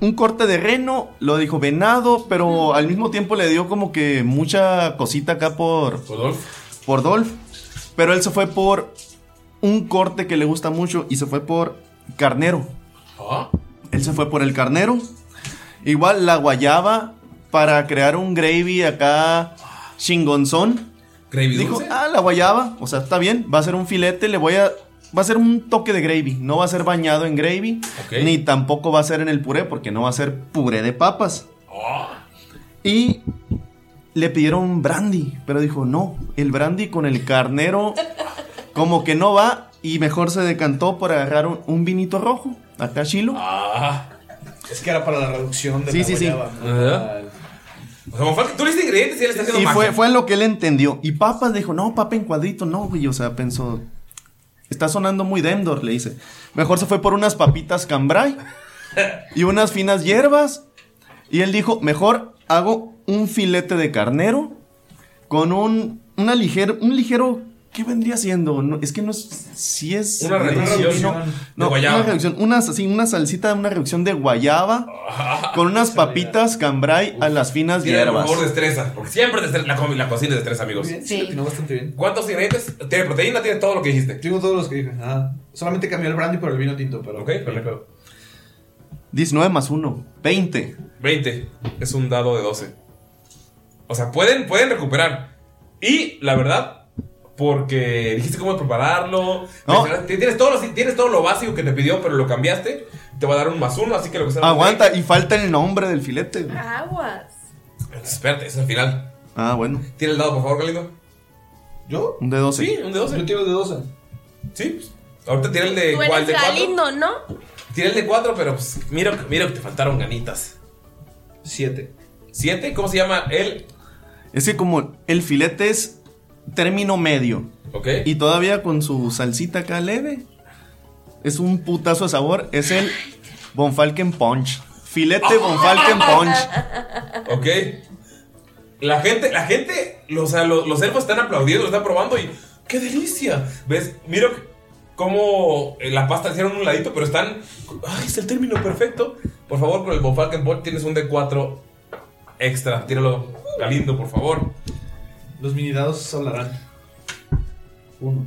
E: un corte de reno, lo dijo venado, pero al mismo tiempo le dio como que mucha cosita acá por... Por Dolph. Pero él se fue por un corte que le gusta mucho y se fue por carnero. Ah. Él se fue por el carnero. Igual la guayaba para crear un gravy acá chingonzón.
A: Gravy
E: Dijo,
A: dulce.
E: ah, la guayaba, o sea, está bien, va a ser un filete, le voy a... Va a ser un toque de gravy, no va a ser bañado en gravy,
A: Ok.
E: ni tampoco va a ser en el puré, porque no va a ser puré de papas.
A: Oh.
E: Y le pidieron brandy, pero dijo, no, el brandy con el carnero como que no va, y mejor se decantó por agarrar un, un vinito rojo, acá chilo.
A: Ah.
F: Es que era para la reducción de
E: Sí,
F: la
E: sí, sí.
F: guayaba, ¿no?
A: O sea, Von Falken, tú le diste ingredientes y él está haciendo
E: Y
A: magia.
E: fue, fue lo que él entendió. Y Papas dijo, no, papa en cuadrito, no, güey. O sea, pensó, está sonando muy Demdor, le dice. Mejor se fue por unas papitas cambrai y unas finas hierbas. Y él dijo, mejor hago un filete de carnero con un, una ligero, un ligero, ¿qué vendría siendo? No, es que no es, si es...
A: Una reducción
E: No,
A: de
E: no,
A: guayaba.
E: una reducción, unas, así, una salsita, una reducción
A: <laughs>
E: de guayaba con unas papitas cambrai a las finas
A: Tira, por
E: hierbas.
A: favor, destreza. Porque siempre destreza. La, comi- la cocina es destreza, amigos.
F: Sí, no bastante bien.
A: ¿Cuántos ingredientes? Tiene proteína, tiene todo lo que dijiste.
F: Tengo todos los que dije. Ah, solamente cambió el brandy por el vino tinto, pero.
A: Ok, perfecto.
E: 19 más 1, 20.
A: 20. Es un dado de 12. O sea, pueden, pueden recuperar. Y la verdad, porque dijiste cómo prepararlo. mencionaste- Tienes, todo lo, tienes todo lo básico que te pidió, pero lo cambiaste. Te va a dar un más uno, así que lo que sea.
E: Ah, Aguanta, y falta el nombre del filete. güey.
I: Aguas.
A: Espérate, es el final.
E: Ah, bueno.
A: Tiene el dado, por favor, Galindo.
F: ¿Yo?
E: Un de 12.
A: Sí, un de 12.
F: Yo tiro de 12.
A: Sí. pues, Ahorita tira el de,
I: Tú
A: Eh, igual
I: eres
A: de 4.
I: Galindo, ¿no?
A: Tira el de 4, pero pues, mira, mira que te faltaron ganitas.
F: 7.
A: ¿7? ¿Cómo se llama él?
E: Es que como el filete es término medio.
A: Ok.
E: Y todavía con su salsita acá leve. Es un putazo de sabor. Es el Bonfalken Punch. Filete Bonfalken Punch.
A: Ok. La gente, la gente, o sea, lo- los, elfos están aplaudiendo, lo están probando y ¡qué delicia! ¿Ves? Mira cómo eh, la pasta hicieron un ladito, pero están. ¡Ay, es el término perfecto! Por favor, con el Bonfalken Ball tienes un D4 extra. Tíralo, Galindo, por favor.
F: Los mini dados hablarán. Uno.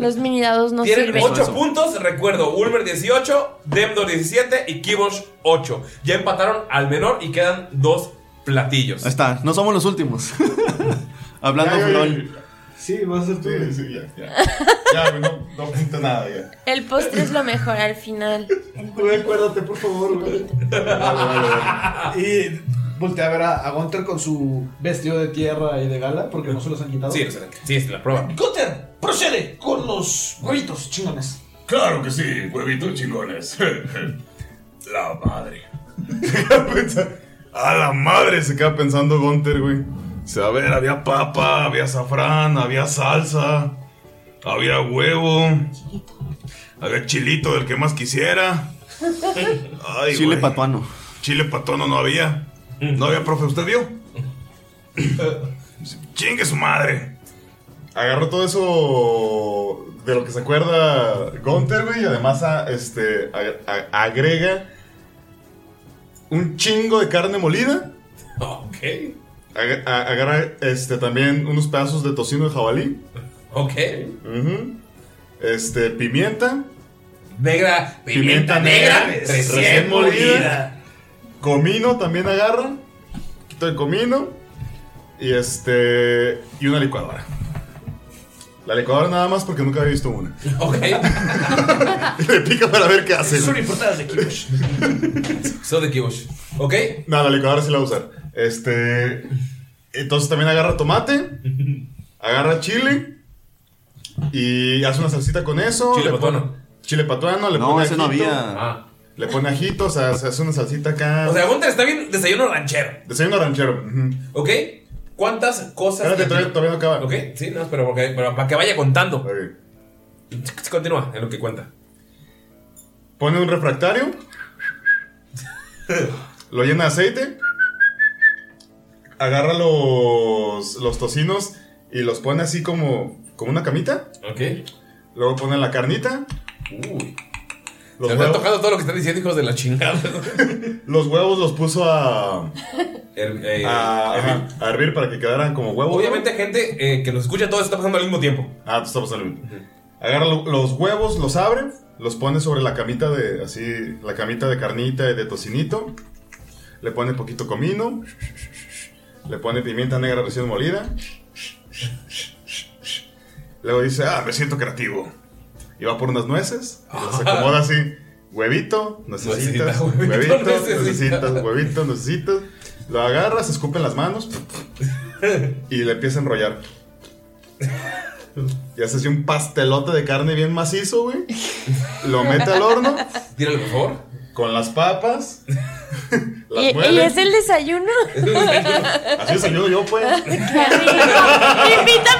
I: Los minidados no
A: Tienen
I: sirven.
A: 8 puntos, recuerdo, Ulmer 18, Demdor 17 y Kibosh 8. Ya empataron al menor y quedan dos platillos.
E: Ahí está, no somos los últimos. <laughs> Hablando
A: Ya, ya, ya.
E: furón.
F: Sí, vas a ser tú.
B: Sí, sí, ya, ya. Ya, güey, no, no pinta nada, ya.
I: El postre es lo mejor al final.
F: Güey, acuérdate, por favor, güey. <laughs> Y voltea a ver a, a Gunther con su vestido de tierra y de gala, porque no se los han quitado.
A: Sí, excelente. Sí, es la prueba.
F: Gunther, procede con los huevitos chingones.
H: Claro que sí, huevitos chingones. <laughs> La madre.
B: A la madre se queda pensando Gunter, güey. O sea, a ver, había papa, había azafrán, había salsa, <clears throat> había huevo, había chilito del que más quisiera. Ay,
E: Chile
B: güey.
E: patuano.
B: Chile patono no había.
H: Mm.
B: No había, profe, ¿usted vio? Chingue su madre. Agarró todo eso de lo que se acuerda Gunter, güey, y además a- este, a- a- agrega un chingo de carne molida.
H: <laughs>
A: Ok.
B: Ag- a- Agarra este, también unos pedazos de tocino de jabalí.
A: Ok.
B: Ujú. Este, pimienta.
A: Negra, pimienta negra, recién molida.
B: Comino también agarra. Un poquito de comino. Y este. Y una licuadora. La licuadora nada más porque nunca había visto una.
A: <laughs> Ok.
B: y <laughs> le pica para ver qué hace.
F: Son
B: güey.
F: importadas de
B: <laughs>
F: Kibosh.
A: Son de Kibosh. ¿Ok?
B: No, la licuadora sí la va a usar. Este. Entonces también agarra tomate. Agarra chile. Y hace una salsita con eso.
A: Chile Ah.
B: le pone- Chile patuano. Le
E: No,
B: pone
E: ese no
B: ajito.
E: había.
B: Le pone ajitos. O sea, se hace una salsita acá.
A: O sea, Gunter está bien desayuno ranchero.
B: Desayuno ranchero. ujú.
A: ¿Ok? ¿Cuántas cosas?
B: Espérate, todavía- no acaba.
A: ¿Ok? Sí, no, pero, porque- pero para que vaya contando. Continúa en lo que cuenta.
B: Pone un refractario. Lo llena de aceite. Agarra los, los tocinos y los pone así como, como una camita.
A: Ok.
B: Luego pone la carnita.
A: Uy.
B: Los
A: Se me está
B: huevos-
A: tocando todo lo que están diciendo, hijos de la chingada.
B: <laughs> Los huevos los puso a.
A: Her-
B: a,
A: eh, hervir.
B: Ah, ajá, a hervir para que quedaran como huevos.
A: Obviamente, gente eh, que nos escucha, todo está pasando al mismo tiempo.
B: Ah, tú estás pasando al mismo Agarra lo- los huevos, los abre, los pone sobre la camita de. Así, la camita de carnita y de tocinito. Le pone poquito comino. Le pone pimienta negra recién molida. Luego dice, ah, me siento creativo. Y va por unas nueces. y las acomoda así. Huevito, necesitas,
A: Nuecita, huevito,
B: huevito,
A: necesitas.
B: necesitas, huevito, necesitas. Lo agarra, se escupe en las manos y le empieza a enrollar. Y hace así un pastelote de carne bien macizo, güey. Lo mete al horno.
A: Tírale, por favor.
B: Con las papas.
I: ¿Y,
B: Las
I: y
B: mueve.
I: es el desayuno?
B: Así desayuno yo, pues.
I: <laughs> Invítame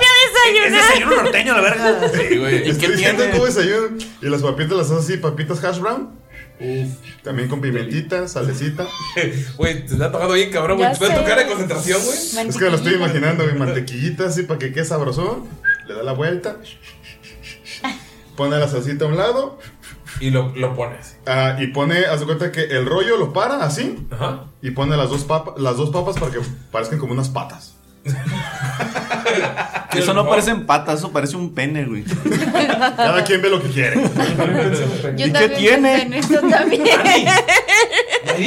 I: a desayunar.
B: norteño, la verga. Sí, güey. ¿Y qué
A: tiene?
B: desayuno. Y las papitas las hace así, papitas hash brown. También con pimentita, salecita.
A: <laughs> Güey, te está tocando bien, cabrón, güey.
B: Ya
A: Te puedes
B: sé.
A: tocar de concentración, güey.
B: Es que me lo estoy imaginando, güey. Mantequillita así para que quede sabrosón. Le da la vuelta. Pone la salsita a un lado.
A: Y lo, lo pones.
B: Ah, y pone, haz de cuenta que el rollo lo para así.
A: Ajá.
B: Y pone las dos, papas las dos papas para que parezcan como unas
A: <laughs>
B: patas.
E: Eso no parecen patas, eso parece un pene, güey.
B: Cada quien ve lo que quiere.
E: ¿Y qué tiene?
C: Yo también.
A: <laughs>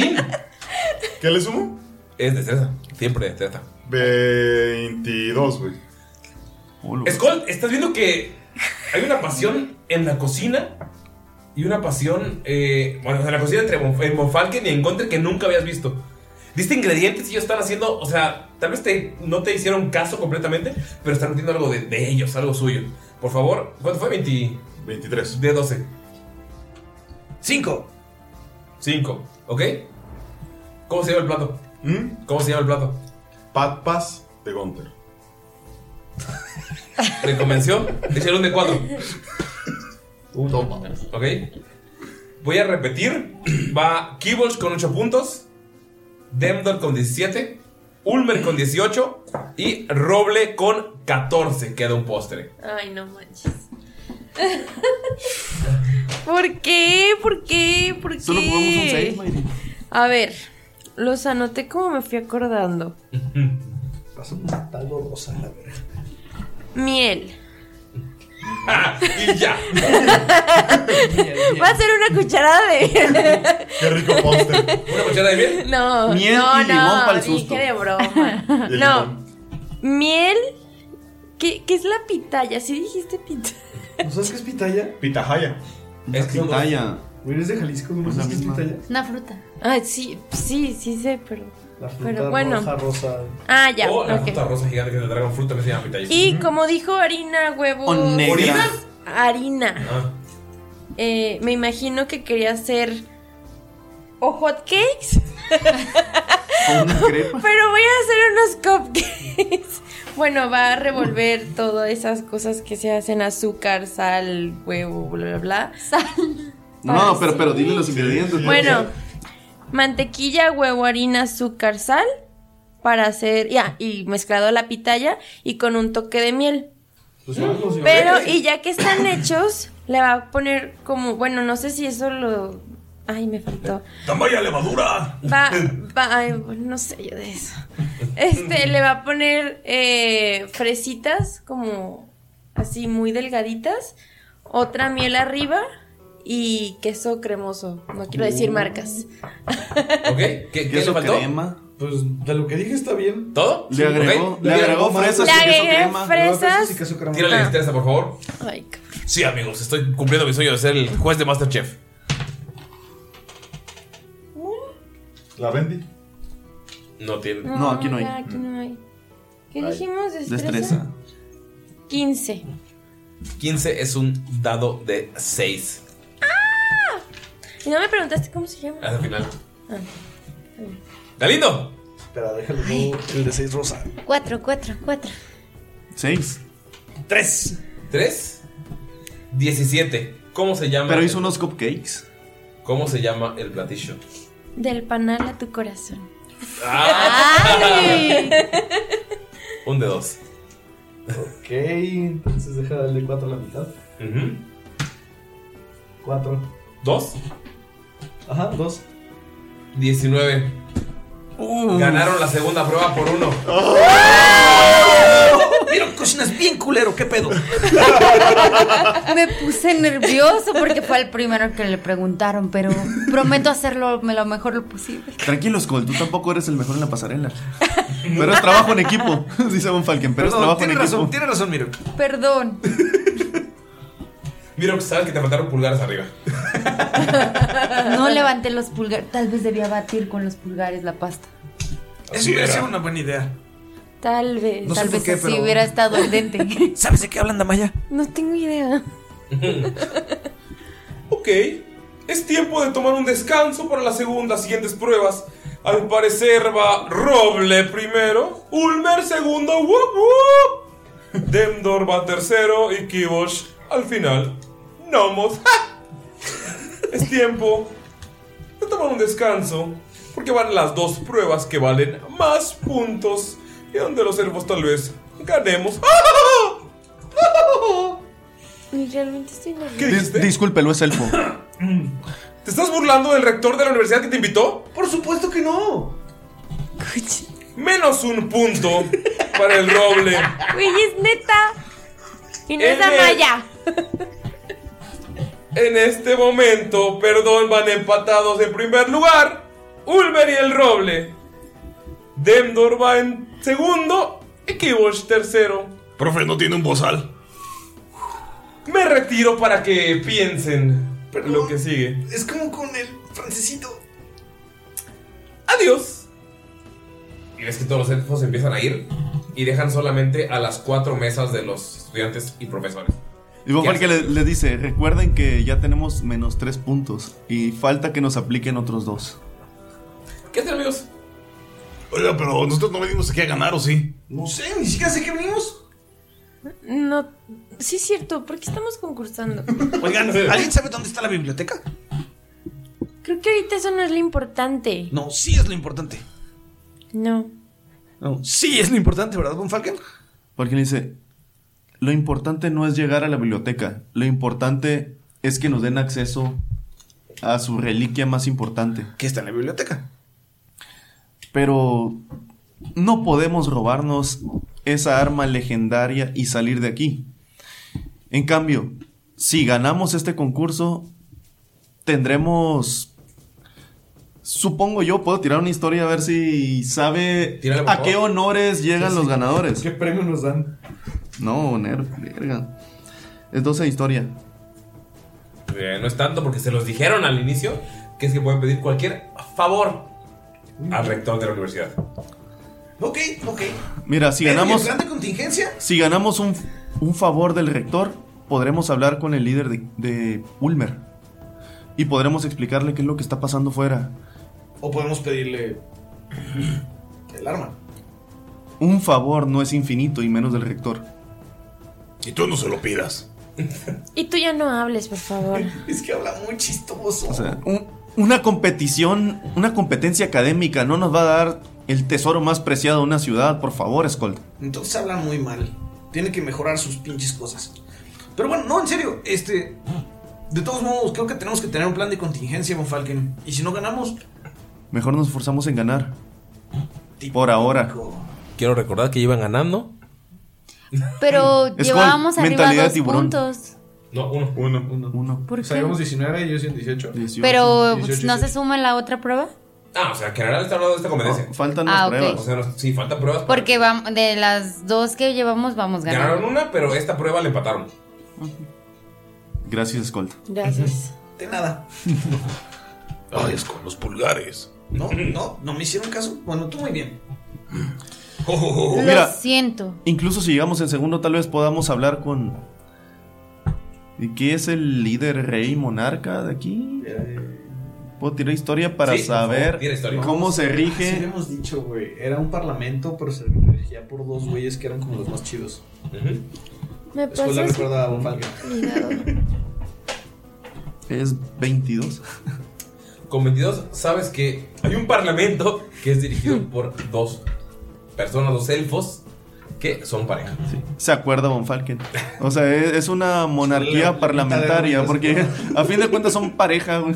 B: ¿Qué le sumo?
A: Es destreza. Siempre destreza.
B: 22, güey.
A: Skull, estás viendo que hay una pasión en la cocina y una pasión, eh, bueno, en la cocina entre Bonf- en Bonfalken y Encontre que nunca habías visto. Diste ingredientes y ellos están haciendo, o sea, tal vez te- no te hicieron caso completamente, pero están metiendo algo de, de ellos, algo suyo. Por favor, ¿cuánto fue? 20,
B: 23.
A: De 12. 5. 5, ¿ok? ¿Cómo se llama el plato? ¿Cómo se llama el plato?
B: Papas de Gunter.
A: ¿Te convenció? Te hicieron de cuatro. Ok. Voy a repetir. <clears throat> Va Kibols con 8 puntos. Demdor con 17. Ulmer con 18. Y Roble con 14. Queda un postre.
I: Ay, no manches.
A: <laughs>
I: ¿Por qué? ¿Por qué? ¿Por qué?
A: Solo jugamos un seis, Mayri.
I: A ver, los anoté como me fui acordando. Miel.
A: <laughs> y ya.
I: Va a ser una cucharada de miel.
A: <laughs>
B: Qué rico postre.
A: ¿Una cucharada de miel?
I: No,
A: Miel
I: no,
A: y limón
I: no,
A: pa'l
I: dije
A: susto.
I: de broma.
A: <laughs> El
I: no, miel. ¿Qué, qué es la pitaya? ¿Sí dijiste pitaya?
D: ¿No sabes qué es pitaya?
B: Pitajaya.
A: Es
E: pitaya.
D: Güey, eres de Jalisco,
E: Pues
D: ¿no sabes qué es pitaya?
I: Una fruta. Ah, sí, sí, sí sé, pero.
D: La fruta
I: Pero bueno.
D: roja, rosa.
I: Ah, ya.
A: O Oh, la
I: ok.
A: fruta rosa gigante que te tragan fruta que se llama pitaya.
I: Y como dijo harina, huevo.
A: O negra. ¿Orina?
I: Harina.
A: Ah,
I: Eh, me imagino que quería hacer. O hot cakes. Pero voy a hacer unos cupcakes. <laughs> Bueno, va a revolver todas esas cosas que se hacen: azúcar, sal, huevo, bla, bla, bla. Sal.
E: No, pero, pero dile los ingredientes.
I: Bueno, mantequilla, huevo, harina, azúcar, sal para hacer, ya, y mezclado la pitaya y con un toque de miel.
D: Pues vamos, yo-
I: Pero, y ya que están hechos, le va a poner como, bueno, no sé si eso lo... Ay, me faltó.
H: ¡Tamaya levadura!
I: Va, va, ay, bueno, no sé yo de eso. Este, le va a poner eh, fresitas, como así muy delgaditas, otra miel arriba y queso cremoso. No quiero decir
D: Uh.
I: marcas.
A: ¿Qué, qué le faltó?
D: Pues de lo que dije está bien.
A: ¿Todo?
D: Le
A: Sí,
D: agregó-
A: ok.
D: le agregó fresas
I: Le y queso agregué crema. fresas.
A: Tírale este.
I: Ah.
A: destreza, por favor.
I: Ay,
A: Sí, amigos, estoy cumpliendo mi sueño de ser el juez de Masterchef.
B: ¿La vendí?
A: No tiene.
I: ya, Ah, aquí no hay. ¿Qué
A: Ay.
I: dijimos? Destreza. 15.
A: 15 es un dado de 6
I: Y no me preguntaste cómo se llama.
A: al final.
I: Ah.
A: ¡Galindo!
D: Espera, déjalo. El de 6 rosa.
C: 4, 4, 4.
E: 6.
A: 3. ¿3? 17. ¿Cómo se llama?
E: Pero hizo unos cupcakes.
A: ¿Cómo se llama el platillo?
I: Del panal a tu
L: <laughs>
I: corazón.
A: ¡Ay! <laughs> Un de dos.
F: Ok, entonces deja darle 4 a la mitad. 4.
A: ¿Dos?
F: Ajá, 2.
A: 19. Ganaron la segunda prueba por uno.
L: Vieron cocinas bien culero, qué pedo.
C: Me puse nervioso porque fue el primero que le preguntaron, pero prometo hacerlo lo mejor lo posible.
E: Tranquilos, Cole, tú tampoco eres el mejor en la
F: <laughs>
E: pasarela. Pero es trabajo en equipo, <laughs> dice Von Falken, pero
L: Perdón,
E: es trabajo en
L: tiene
E: equipo.
L: razón, tiene razón, Miro.
C: Perdón.
A: Miro, sabes que te faltaron pulgares arriba.
C: No levanté los pulgares. Tal vez debía batir con los pulgares la pasta.
L: Eso hubiera sido una buena idea.
I: Tal vez.
L: No sé
C: Eh, Tal
L: por
C: vez
L: qué,
C: así
L: pero-
C: hubiera estado
L: <laughs>
C: el dente.
L: ¿Sabes de qué hablan, Damaya?
I: No
L: <laughs>
I: tengo idea.
A: <laughs> Ok, es tiempo de tomar un descanso para las segundas siguientes pruebas. Al parecer va Roble primero, Ulmer segundo, ¡wup, wup! Demdor va tercero y Kibosh al final. Nomos. <laughs> ¡ja! Es tiempo de tomar un descanso porque van las dos pruebas que valen más puntos y donde los elfos tal vez ganemos. <laughs>
I: Y Realmente estoy nerviosa.
E: Dis- discúlpelo, es elfo.
A: <clears throat> ¿Te estás burlando del rector de la universidad que te invitó?
L: Por supuesto que no.
A: Menos un punto para el roble.
I: Güey, es neta. Y no es
A: Es neta.
I: Amaya.
A: En este momento, perdón, van empatados en primer lugar. Ulver y el roble. Demdor va en segundo. Y Kibosh tercero.
H: Profe, no tiene un bozal.
A: Me retiro para que piensen lo que sigue.
L: Es como con el francesito.
A: Adiós. Y ves que todos los elfos empiezan a ir y dejan solamente a las cuatro mesas de los estudiantes y profesores.
E: Y Von
A: ¿Qué
E: Falken le, le dice, recuerden que ya tenemos menos 3 puntos y falta que nos apliquen otros dos.
A: ¿Qué hacen, amigos?
H: Oiga, pero nosotros no venimos aquí a ganar, ¿o sí?
L: No sé, ni siquiera sé qué venimos.
I: No. Sí, es cierto. ¿Por qué estamos concursando?
L: <laughs>
E: <laughs>
L: Oigan, ¿alguien sabe dónde está la biblioteca?
I: Creo que ahorita eso no es lo importante.
L: No, sí es lo importante.
I: No.
F: No, sí es lo importante, ¿verdad, Von Falken?
E: Falken le dice, lo importante no es llegar a la biblioteca, lo importante es que nos den acceso a su reliquia más importante.
F: Que está en la biblioteca.
E: Pero no podemos robarnos esa arma legendaria y salir de aquí. En cambio, si ganamos este concurso, tendremos... Supongo yo, puedo tirar una historia a ver si sabe
F: Tírale, por
E: a qué
F: favor.
E: honores llegan
F: Sí, sí.
E: los ganadores.
F: ¿Qué premio nos dan?
E: No, ner, verga. Es 12 de historia.
A: Eh, no es tanto porque se los dijeron al inicio que es que pueden pedir cualquier favor al rector de la universidad.
L: Ok, ok.
E: Mira, si
L: Pero, ¿y
E: ganamos...
L: el plan de contingencia?
E: Si ganamos un, un favor del rector, podremos hablar con el líder de, de Ulmer. Y podremos explicarle qué es lo que está pasando fuera.
F: O podemos pedirle el arma.
E: Un favor no es infinito y menos del rector.
H: Y tú no se lo pidas.
I: Y tú ya no hables,
F: <laughs>
I: por favor.
L: Es que habla muy chistoso.
E: O sea, un- una competición, una competencia académica no nos va a dar el tesoro más preciado de una ciudad, por favor, Skull.
L: Entonces habla muy mal. Tiene que mejorar sus pinches cosas. Pero bueno, no, en serio, este. De todos modos, creo que tenemos que tener un plan de contingencia, Von Falken. Y si no ganamos,
E: Mejor nos esforzamos en ganar. Por ahora.
A: Quiero recordar que iban ganando.
C: Pero
E: Skull,
C: llevábamos arriba
E: mentalidad
C: dos
E: tiburón.
C: puntos.
A: No, uno.
H: Uno.
E: Uno.
C: ¿Por qué?
D: Salíamos 19 y ellos en 18.
C: Pero pues,
D: 18,
C: no se suma en la otra prueba.
A: Ah, o sea, en general está hablando de esta competencia.
E: faltan
C: las Ah, ok. pruebas.
A: O sea, no- sí, faltan pruebas.
C: Porque vam- de las dos que llevamos vamos
A: Ganaron
C: ganando.
A: una, pero esta prueba la empataron.
E: Gracias, Skull.
I: Gracias.
L: de nada.
H: Ay, es con los pulgares.
L: No, no, no me hicieron caso. Bueno, tú muy bien.
A: Oh.
C: Lo
E: Mira,
C: siento.
E: Incluso si llegamos en segundo, tal vez podamos hablar con. ¿Y ¿Qué es el líder rey monarca de aquí? Puedo tirar historia para
A: Eh. Sí, por favor,
E: saber
A: tira historia.
E: cómo se
F: Sí, le
E: rige.
F: hemos dicho, güey. Era un parlamento, pero se regía por dos güeyes que eran como los más chidos.
I: ¿Me
F: Después le
I: pasas?
F: recuerda a Von Falken.
I: mi dado?
E: Es 22.
A: Con 22 sabes que hay un parlamento que es dirigido por dos personas, dos elfos, que son pareja.
E: Se acuerda Von Falken. O sea, e-, es, es una monarquía parlamentaria, porque a fin de cuentas son pareja, güey.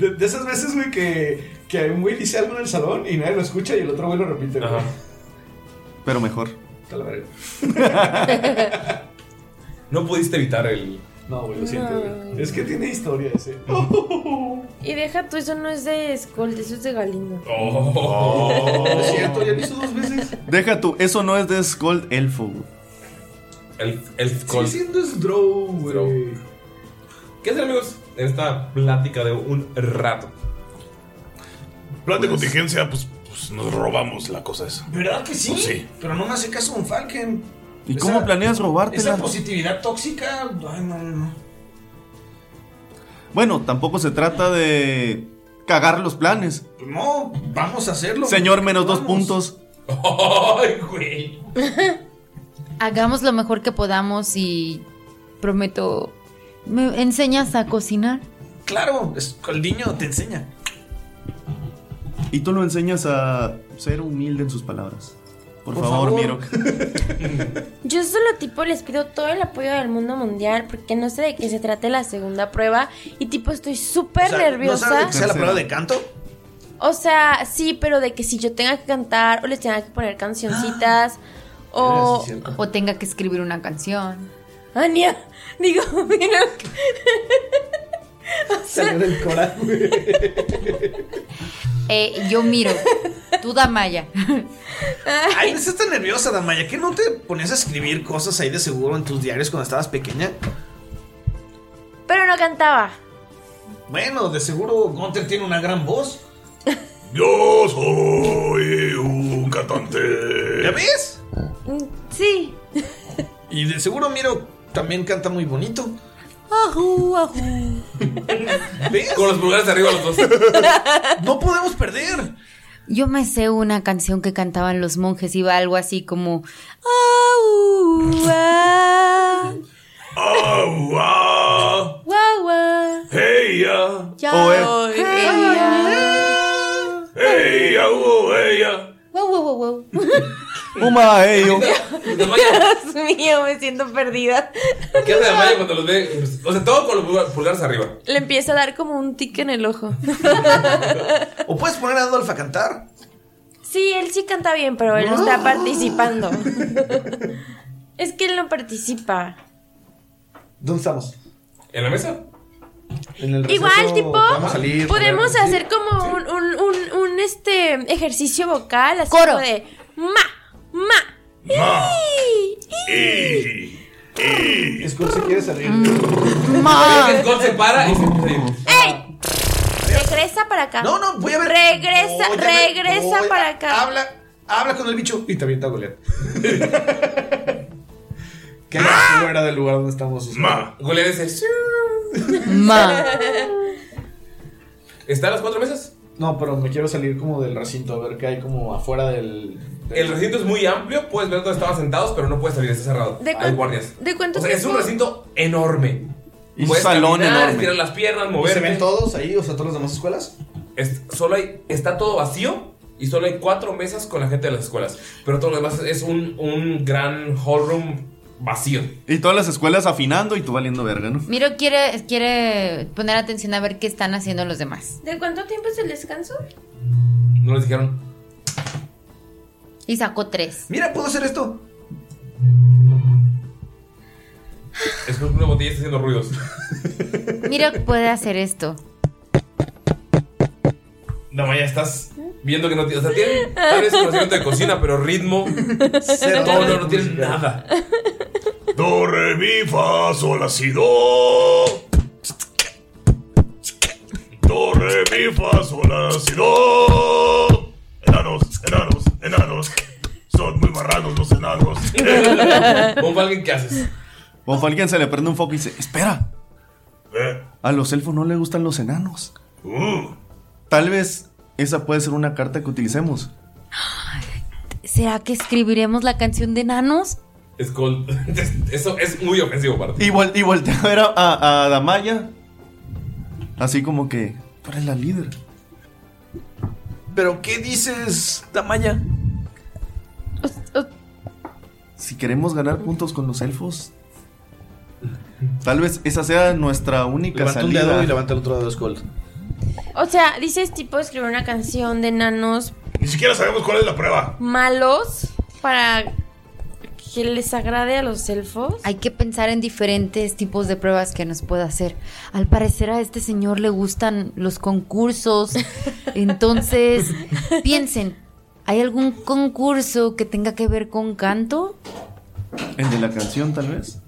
D: De, de esas veces, güey, que, que un güey dice algo en el salón y nadie lo escucha y el otro güey lo repite, güey.
E: Pero
A: <laughs>
E: mejor.
D: Está la verga.
A: <laughs> No pudiste evitar el...
D: No, güey, lo siento, güey. Es que tiene historia ese.
I: Y deja tú, eso no es de Skull, eso es de Galindo.
E: Oh.
A: Oh.
D: Es cierto, ya lo hizo dos veces.
E: Deja tú, eso no es de Skull Elfo, güey.
A: El, el
D: Sigue siendo Sdrow, güey.
A: ¿Qué hacen amigos en esta plática de un rato?
H: Plan de contingencia, pues, pues nos robamos la cosa esa.
L: <laughs> ¿Verdad que sí?
H: Pues sí.
L: Pero no me hace caso un Falken.
E: ¿Y cómo planeas
L: Esa
E: robártela?
L: positividad tóxica. Ay, no, no, no.
E: Bueno, tampoco se trata de cagar los planes.
L: Pues No, vamos a hacerlo.
E: Señor, menos dos puntos.
A: Ay, güey.
C: <laughs> Hagamos lo mejor que podamos y prometo. ¿Me enseñas a cocinar?
L: Claro, es- el niño te enseña.
E: Y tú lo enseñas a ser humilde en sus palabras. Por,
L: Por
E: favor,
L: favor.
E: Miro.
I: Yo solo tipo les pido todo el apoyo del mundo mundial porque no sé de qué se trate la segunda prueba y tipo estoy súper
F: O sea,
I: nerviosa.
F: ¿No sabes de que sea la prueba de canto?
I: <laughs> O sea, sí, pero de que si yo tenga que cantar o les tenga que poner
F: <gasps>
I: cancioncitas o...
C: o tenga que escribir una canción.
I: Ania, digo, mira.
D: <laughs> Salió del corazón, güey.
C: Eh, yo miro. Tú, Damaya.
L: Ay, no estás tan nerviosa, Damaya. ¿Qué no te ponías a escribir cosas ahí de seguro en tus diarios cuando estabas pequeña?
I: Pero no cantaba.
L: Bueno, de seguro Gunter tiene una gran voz.
H: <laughs> Yo soy un cantante.
L: ¿Ya ves?
I: Mm, Sí.
L: Y de seguro Miro también canta muy bonito.
I: Ajú, ajú.
L: ¿Ves?
A: Con los pulgares arriba los dos.
L: No podemos perder.
C: Yo me sé una canción que cantaban los monjes. Iba algo así como. "Au, ah,
H: Agua.
I: guau, guau,
H: Ella.
I: ya
H: O él.
I: voy, ella.
H: Ella. oh, ella.
I: Guau, guau, guau, guau.
E: Uma,
I: <laughs>
E: ello.
I: Dios mío, me siento perdida.
A: ¿Qué hace Damaya cuando los ve? O sea, todo con los pulga- pulgares arriba.
I: Le empieza a dar como un tic en el ojo.
L: O puedes poner a Adolf a cantar.
I: Sí, él sí canta bien, pero él no está <laughs> participando. Es que él no participa.
D: ¿Dónde estamos?
A: ¿En la mesa?
I: Igual, tipo, podemos hacer como un, un, un- un, este ejercicio vocal, así como de ma, ma.
H: Ma.
L: Ah.
I: ii,
H: Y. Y.
D: Skull se quiere salir.
I: Ma.
A: El Scott se para y se empieza a ir.
I: ¡Ey! Regresa para acá.
L: No, no, voy a ver.
I: Regresa,
L: Voy a ver,
I: regresa
L: voy a-
I: para acá.
L: Habla, habla con el bicho. Y también está
A: <laughs>
L: Goliat.
D: ¿Qué hay fuera del lugar donde estamos?
H: Ma.
A: Ah. Goliat dice:
I: <laughs>
A: ¿Están las cuatro mesas?
D: No, pero me quiero salir como del recinto a ver qué hay como afuera del.
A: El recinto es muy amplio, puedes ver dónde estaban sentados, pero no puedes salir, está cerrado.
I: ¿De
A: Hay
I: cuán-
A: guardias.
I: ¿De cuánto
A: O sea, es
I: tiempo?
A: un recinto enorme.
E: Y un salón enorme.
A: estirar las piernas, mover.
D: ¿Se ven todos ahí? O sea, todas las demás escuelas.
A: solo hay, está todo vacío y solo hay cuatro mesas con la gente de las escuelas. Pero todo lo demás es un, un gran hallroom vacío.
E: Y todas las escuelas afinando y tú valiendo verga, ¿no?
C: Miro quiere, quiere poner atención a ver qué están haciendo los demás.
I: ¿De cuánto tiempo es el descanso?
A: No les dijeron.
C: Y sacó tres.
L: Mira, puedo hacer esto.
A: Es como una botella está haciendo ruidos.
C: Miro puede hacer esto.
A: No, ya estás viendo que no tiene. O sea, tienen tal vez conocimiento de cocina, pero <laughs> ritmo.
H: Cero.
A: Tono, no tienen nada.
H: <laughs> Do, re, mi, fa, sol, la, si, do. Do, re, mi, fa, sol, la, si, do. Enanos, enanos, enanos. Son muy marranos los enanos.
A: <laughs> Pongo alguien que haces.
E: O alguien se le prende un foco y dice, espera.
H: Eh,
E: A los elfos no le gustan los enanos.
H: Uh.
E: Tal vez esa puede ser una carta que utilicemos.
C: ¿Será que escribiremos la canción de Nanos?
A: Es col- <laughs> Eso es muy ofensivo para ti.
E: Y, vol- y voltea a ver a, a- a Damaya. Así como que, tú eres la líder.
F: Pero, ¿qué dices, Tamaya?
E: Si queremos ganar puntos con los elfos, tal vez esa sea nuestra única
F: Levanta un
E: salida.
F: dedo y levanta el otro dedo, Skull.
I: O sea, dices tipo escribir una canción de enanos
H: Ni siquiera sabemos cuál es la prueba.
I: malos para que les agrade a los elfos.
C: Hay que pensar en diferentes tipos de pruebas que nos pueda hacer. Al parecer a este señor le gustan los
I: <laughs>
C: concursos. Entonces, piensen, ¿hay algún concurso que tenga que ver con canto?
E: El de la canción, tal vez.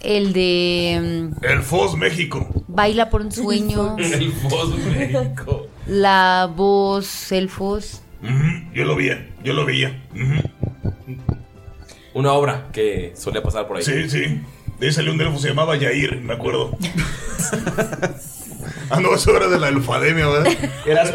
C: El de
H: El FOS
A: <laughs>
H: México.
C: mm, Baila por un sueño,
H: El FOS México.
C: la voz, elfos.
H: Yo lo veía, yo lo veía.
A: Una obra que solía pasar por ahí.
H: Sí, sí. De ahí salió un elfo, se llamaba Yair, me
A: <laughs>
H: acuerdo. ah, no, eso era de la elfademia, ¿verdad?
L: Eras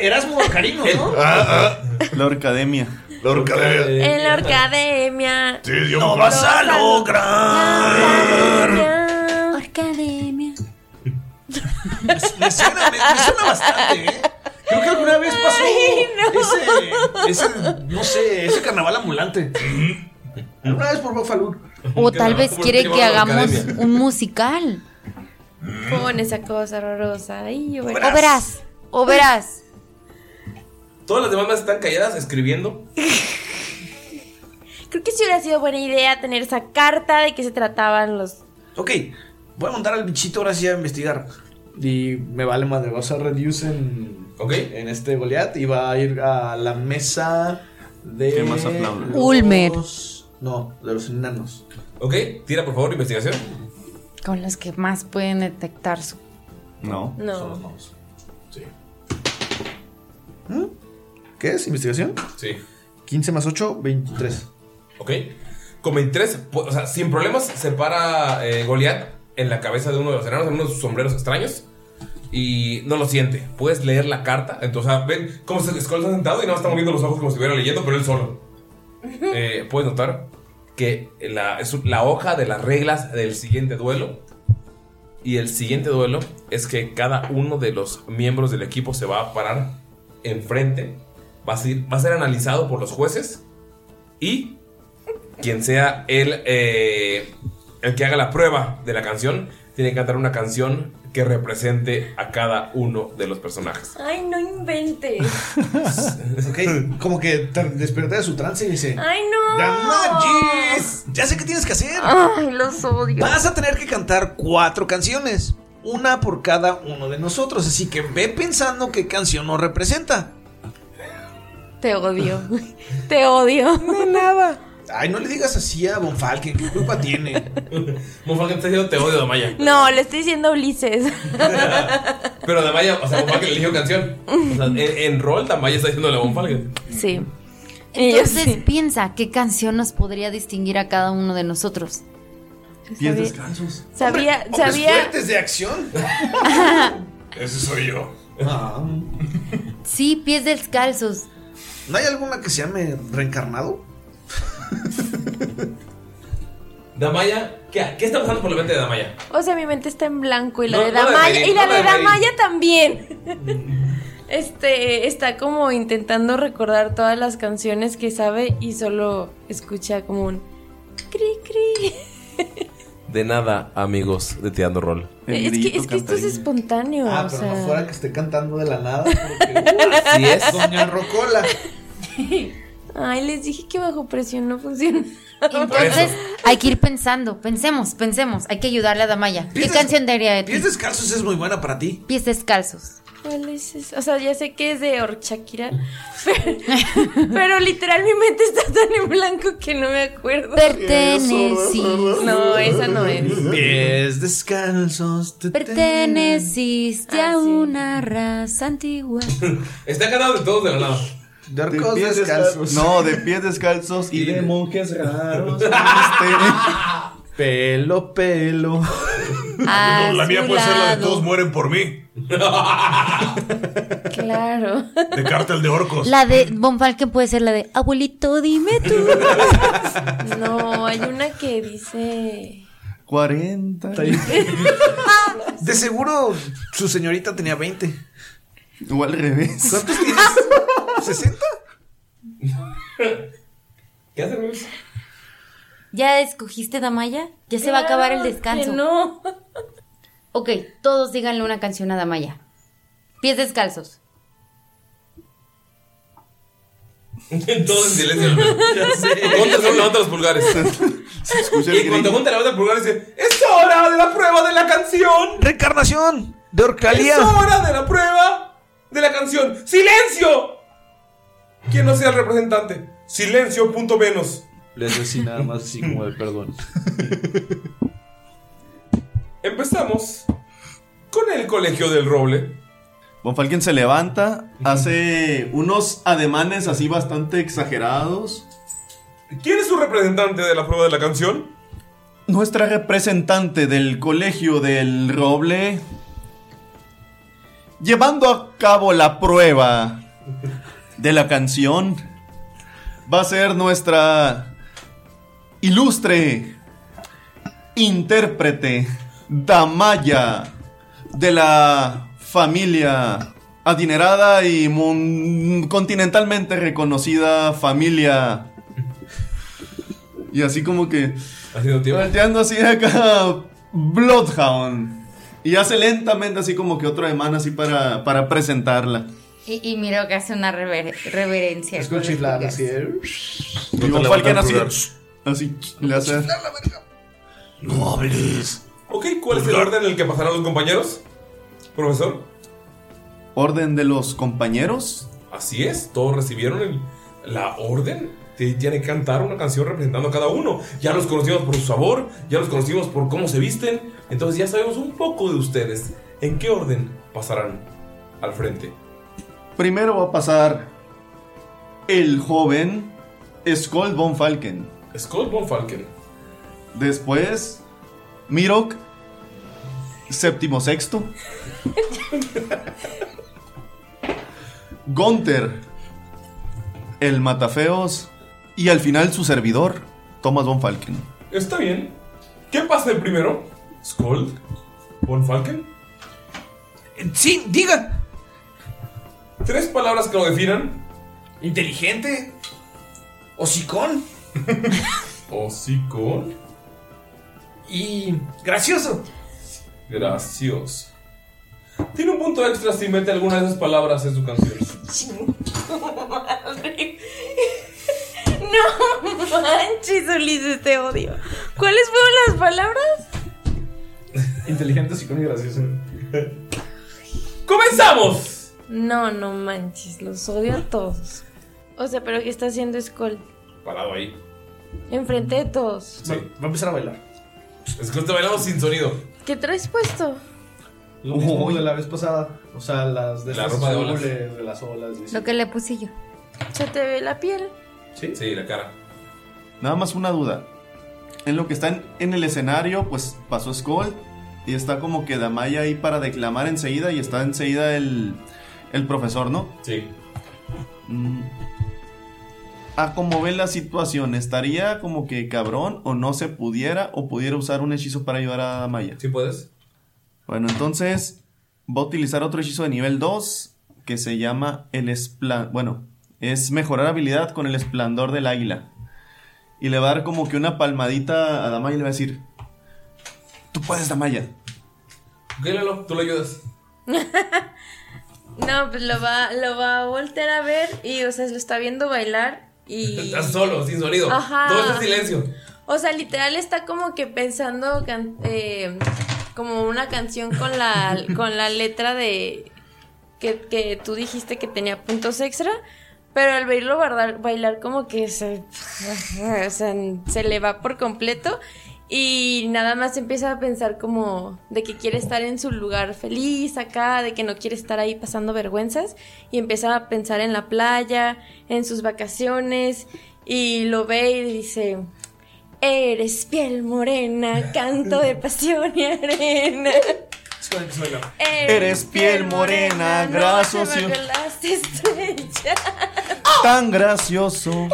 L: Erasmo Bacariño, ¿no?
H: Ah, ah.
E: La orcademia.
H: La orcademia.
A: Eh,
I: En la Orcademia.
H: Sí, yo ¡No vas a lograr!
I: Orcademia.
L: Me suena, me, me suena bastante, ¿eh? Creo que alguna vez pasó ese, ese, no sé, ese carnaval ambulante. Alguna vez por Buffalo.
C: O tal vez quiere que hagamos un musical.
I: Con esa cosa horrorosa. Ay, yo
C: O verás, o verás.
A: Todas las demás están calladas escribiendo.
I: Creo que sí hubiera sido buena idea tener esa carta de qué se trataban los.
F: Ok, voy a montar al bichito ahora sí a investigar. Y me vale madre, vas a reduce en, en este Goliath y va a ir a la mesa de...
E: ¿Qué más aplaude?
C: Ulmer.
F: No, de los enanos.
A: Ok, tira por favor investigación.
C: Con los que más pueden detectar su...
E: No.
C: No.
A: Son los magos. Sí.
F: ¿Qué es? ¿Investigación?
A: Sí.
F: 15 más 8, 23.
A: Ok. Con 23, pu- o sea, sin problemas, se para eh, Goliath en la cabeza de uno de los enanos, en uno de sus sombreros extraños. Y no lo siente. Puedes leer la carta. Entonces, o sea, ven cómo se Skull está sentado y no está moviendo los ojos como si estuviera leyendo, pero él solo. Eh, puedes notar que la, es la hoja de las reglas del siguiente duelo. Y el siguiente duelo es que cada uno de los miembros del equipo se va a parar enfrente. Va a ser, va a ser analizado por los jueces. Y quien sea el, eh, el que haga la prueba de la canción, tiene que cantar una canción que represente a cada uno de los personajes.
I: Ay, no
F: <laughs>
I: inventes.
H: <laughs>
F: Ok, como que te despierta de su trance y dice...
I: Ay, no.
F: ¡Damagis! Ya sé qué tienes que hacer.
I: Ay, los odio.
F: Vas a tener que cantar cuatro canciones, una por cada uno de nosotros, así que ve pensando qué canción nos representa.
I: <laughs>
C: Te odio. Te odio.
F: De nada. Ay, no le digas así a Von Falken, ¿qué culpa <laughs> tiene?
A: Von Falken está diciendo te odio, Damaya.
I: No, le estoy diciendo a Ulises.
A: Pero Damaya, o sea, Von Falken eligió canción. O sea, en, en rol Damaya está diciéndole a Von Falken.
C: Sí. Entonces piensa qué canción nos podría distinguir a cada uno de nosotros.
E: Pies descalzos.
I: Sabía,
F: Hombres
I: sabía.
F: fuertes de acción.
H: Ese soy yo.
F: Ah,
C: Sí, pies descalzos.
F: ¿No hay alguna que se llame reencarnado?
I: Ah,
A: Damaya, ¿qué, ¿qué está pasando por la mente de Damaya?
I: O sea, mi mente está en blanco y la
A: No,
I: de
A: no la de
I: Damaya.
A: Rey,
I: y la
A: no la
I: de
A: de Rey.
I: Damaya también.
A: <laughs>
I: Este está como intentando recordar todas las canciones que sabe y solo escucha como un cri cri.
A: De nada, amigos de Teando Rol.
I: Es que, es que esto es espontáneo.
F: Ah,
I: o
F: pero
I: sea.
F: no fuera que esté cantando de la <laughs> nada. Porque,
A: Así es.
F: Doña Rocola.
I: Ay, les dije que bajo presión no funciona.
C: Entonces hay que ir pensando. Pensemos, pensemos. Hay que ayudarle a Damaya. ¿Qué canción daría de ti?
F: Pies descalzos es muy buena para ti.
C: Pies descalzos.
I: ¿Cuál es esa? O sea, ya sé que es de Or Shakira, pero, <laughs> pero literal mi mente está tan en blanco que no me acuerdo.
C: Pertenecí.
I: No, esa no es.
F: Pies descalzos. te-
C: Perteneciste
I: Ah,
C: a una raza antigua.
A: Está cantando de todos de la nada.
F: De
E: arcos
F: descalzos.
E: No, de pies descalzos y, de
F: monjes
E: <laughs>
F: raros.
I: <laughs>
E: pelo, pelo.
I: Ah,
C: A
H: la mía
C: su
H: puede ser la de
C: lado.
H: todos mueren por mí.
A: <laughs>
I: Claro.
H: De cártel de orcos.
C: La de Von Falken puede ser la de Abuelito, dime tú.
F: <laughs>
I: No, hay una que dice.
E: 40.
F: De seguro su señorita tenía 20.
E: O al revés.
F: ¿Cuántos tienes? ¿60?
A: ¿Qué haces?
C: ¿Ya escogiste Damaya? Ya se va a
I: Claro
C: acabar el descanso.
I: que no.
C: <laughs> Ok, todos díganle una canción a Damaya. Pies descalzos.
A: Todo <laughs> en silencio. Contas uno levanta los <laughs> pulgares. y cuando junta levanta los pulgares dice: ¡Es hora de la prueba de la canción!
F: ¡Reencarnación! De Orcalia.
A: ¡Es hora de la prueba de la canción! ¡Silencio! ¿Quién no sea el representante? Silencio, punto menos.
F: Le hace así nada más, así como de perdón.
A: Empezamos con el colegio del roble.
E: Bonfalken se levanta, hace unos ademanes así bastante exagerados.
A: ¿Quién es su representante de la prueba de la canción?
E: Nuestra representante del colegio del roble. Llevando a cabo la prueba de la canción. Va a ser nuestra ilustre intérprete Damaya de la familia adinerada y mun- continentalmente reconocida familia y así como que. Volteando así acá. Bloodhound. Y hace lentamente así como que otro ademán así para, para presentarla.
C: Y, y miro que hace una rever- reverencia. con los pulgares.
E: Y
H: No te
E: Von Falken
H: levantas
E: así.
H: el
E: Así
A: <laughs>
E: le hace.
A: No hables. Ok, ¿cuál es el orden en el que pasarán los compañeros? Profesor.
E: Orden de los compañeros.
A: Así es, todos recibieron el- la orden. Te- Tienen que cantar una canción representando a cada uno. Ya los conocimos por su sabor, ya los conocimos por cómo se visten. Entonces ya sabemos un poco de ustedes. ¿En qué orden pasarán al frente?
E: Primero va a pasar. El joven. Skull Von Falken.
A: Scott Von Falken.
E: Después. Mirok. Séptimo sexto. Gunther. El Matafeos. Y al final su servidor, Thomas Von Falken.
A: Está bien. ¿Qué pasa el primero? ¿Skull? ¿Von Falken?
F: Eh, Sí, digan.
A: Tres palabras que lo definan.
F: Inteligente. Hocicón.
A: <laughs> Hocicón.
F: Y gracioso.
A: Gracioso. Tiene un punto extra si mete alguna de esas palabras en su canción.
I: Madre. No manches, Ulises, te odio. ¿Cuáles fueron las palabras?
D: Inteligente, psicón y gracioso.
A: <laughs> ¡Comenzamos!
I: No, no manches, los odio a todos. O sea, pero ¿qué está haciendo Skull?
A: Parado ahí.
I: Enfrente de todos.
A: Sí. Pues, Va a empezar a bailar. Skull está bailando sin sonido.
I: ¿Qué traes puesto?
F: Lo mismo de la vez pasada. O sea, las de
A: La
F: las
A: ropa de olas.
F: azules, de las olas.
C: Lo que le puse yo.
I: Se te ve la piel.
F: ¿Sí?
A: Sí, la cara.
E: Nada más una duda. En lo que están en el escenario, pues pasó Skull. Y está como que Damaya ahí para declamar enseguida. Y está enseguida el, el profesor, ¿no? Mm.
A: Sí.
E: A como ve la situación, ¿estaría como que cabrón o no se pudiera o pudiera usar un hechizo para ayudar a Damaya?
A: Sí, puedes.
E: Bueno, entonces va a utilizar otro hechizo de nivel 2 que se llama el esplan... Bueno, es mejorar habilidad con el esplendor del águila. Y le va a dar como que una palmadita a Damaya y le va a decir, tú puedes Damaya.
A: Ok, Lalo, tú le ayudas.
I: No, pues lo va, lo va a voltear a ver y, o sea, lo está viendo bailar y...
A: <laughs> Estás solo, sin sonido.
I: Ajá.
A: Todo está en silencio.
I: O sea, literal está como que pensando can- eh, como una canción con la, con la letra de que, que tú dijiste que tenía puntos extra, pero al verlo bailar, bailar como que se, o sea, se le va por completo y nada más empieza a pensar como de que quiere estar en su lugar feliz acá, de que no quiere estar ahí pasando vergüenzas y empieza a pensar en la playa, en sus vacaciones y lo ve y dice... Eres piel morena, canto de pasión y arena. Eh,
E: Eres piel morena,
I: gracias
E: gracioso, ¡Ah!
I: las estrellas.
E: tan gracioso.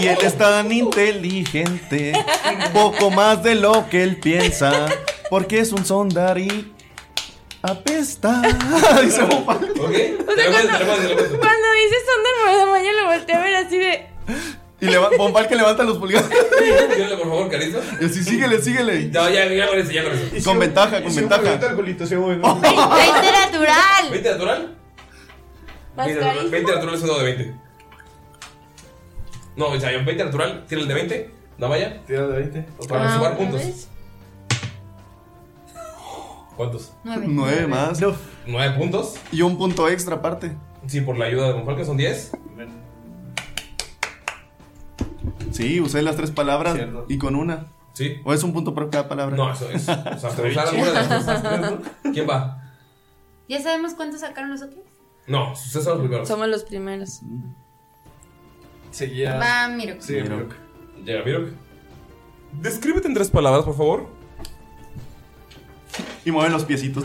E: Y él es tan inteligente, poco más de lo que él piensa, porque es un sondari. Apesta. <laughs>
F: Dice Mopa.
I: Cuando dices son del tamaño, lo volteé a ver así de.
E: Y leva- Bombal que levanta los
A: <laughs>
E: pulgares.
A: Dale, por favor, carito.
E: Y así, síguele, síguele.
A: No, ya, ya con eso, ya con eso.
E: Con ventaja, con ventaja. <laughs>
I: ¡Veinte <laughs> natural!
A: ¿20 natural?
I: Más
A: 20
I: carísimo.
A: natural, 20 natural es un dado de 20. No, o sea, 20 natural, tira el de 20. No vaya. Tira el de 20. Para
I: Ah,
A: sumar
I: ¿otra
A: puntos.
I: vez? Ah,
A: ¿Cuántos?
I: Nueve.
E: Nueve más.
A: Nueve puntos.
E: Y un punto extra aparte.
A: Sí, por la ayuda de Monfalca son 10.
E: Sí, usé las tres palabras y con una.
A: Sí.
E: ¿O es un punto por cada palabra?
A: No, eso
E: <laughs>
A: es. O sea,
E: Está
A: por
E: bien
A: usar
E: chido.
A: alguna de las dos. ¿Quién va?
I: ¿Ya sabemos cuánto sacaron nosotros?
A: No, ustedes son los primeros.
I: Somos los primeros.
A: Seguía.
I: Va, Mirok. Sí,
A: Mirok. Llega Mirok. Descríbete en tres palabras, por favor.
E: Y mueve los piecitos.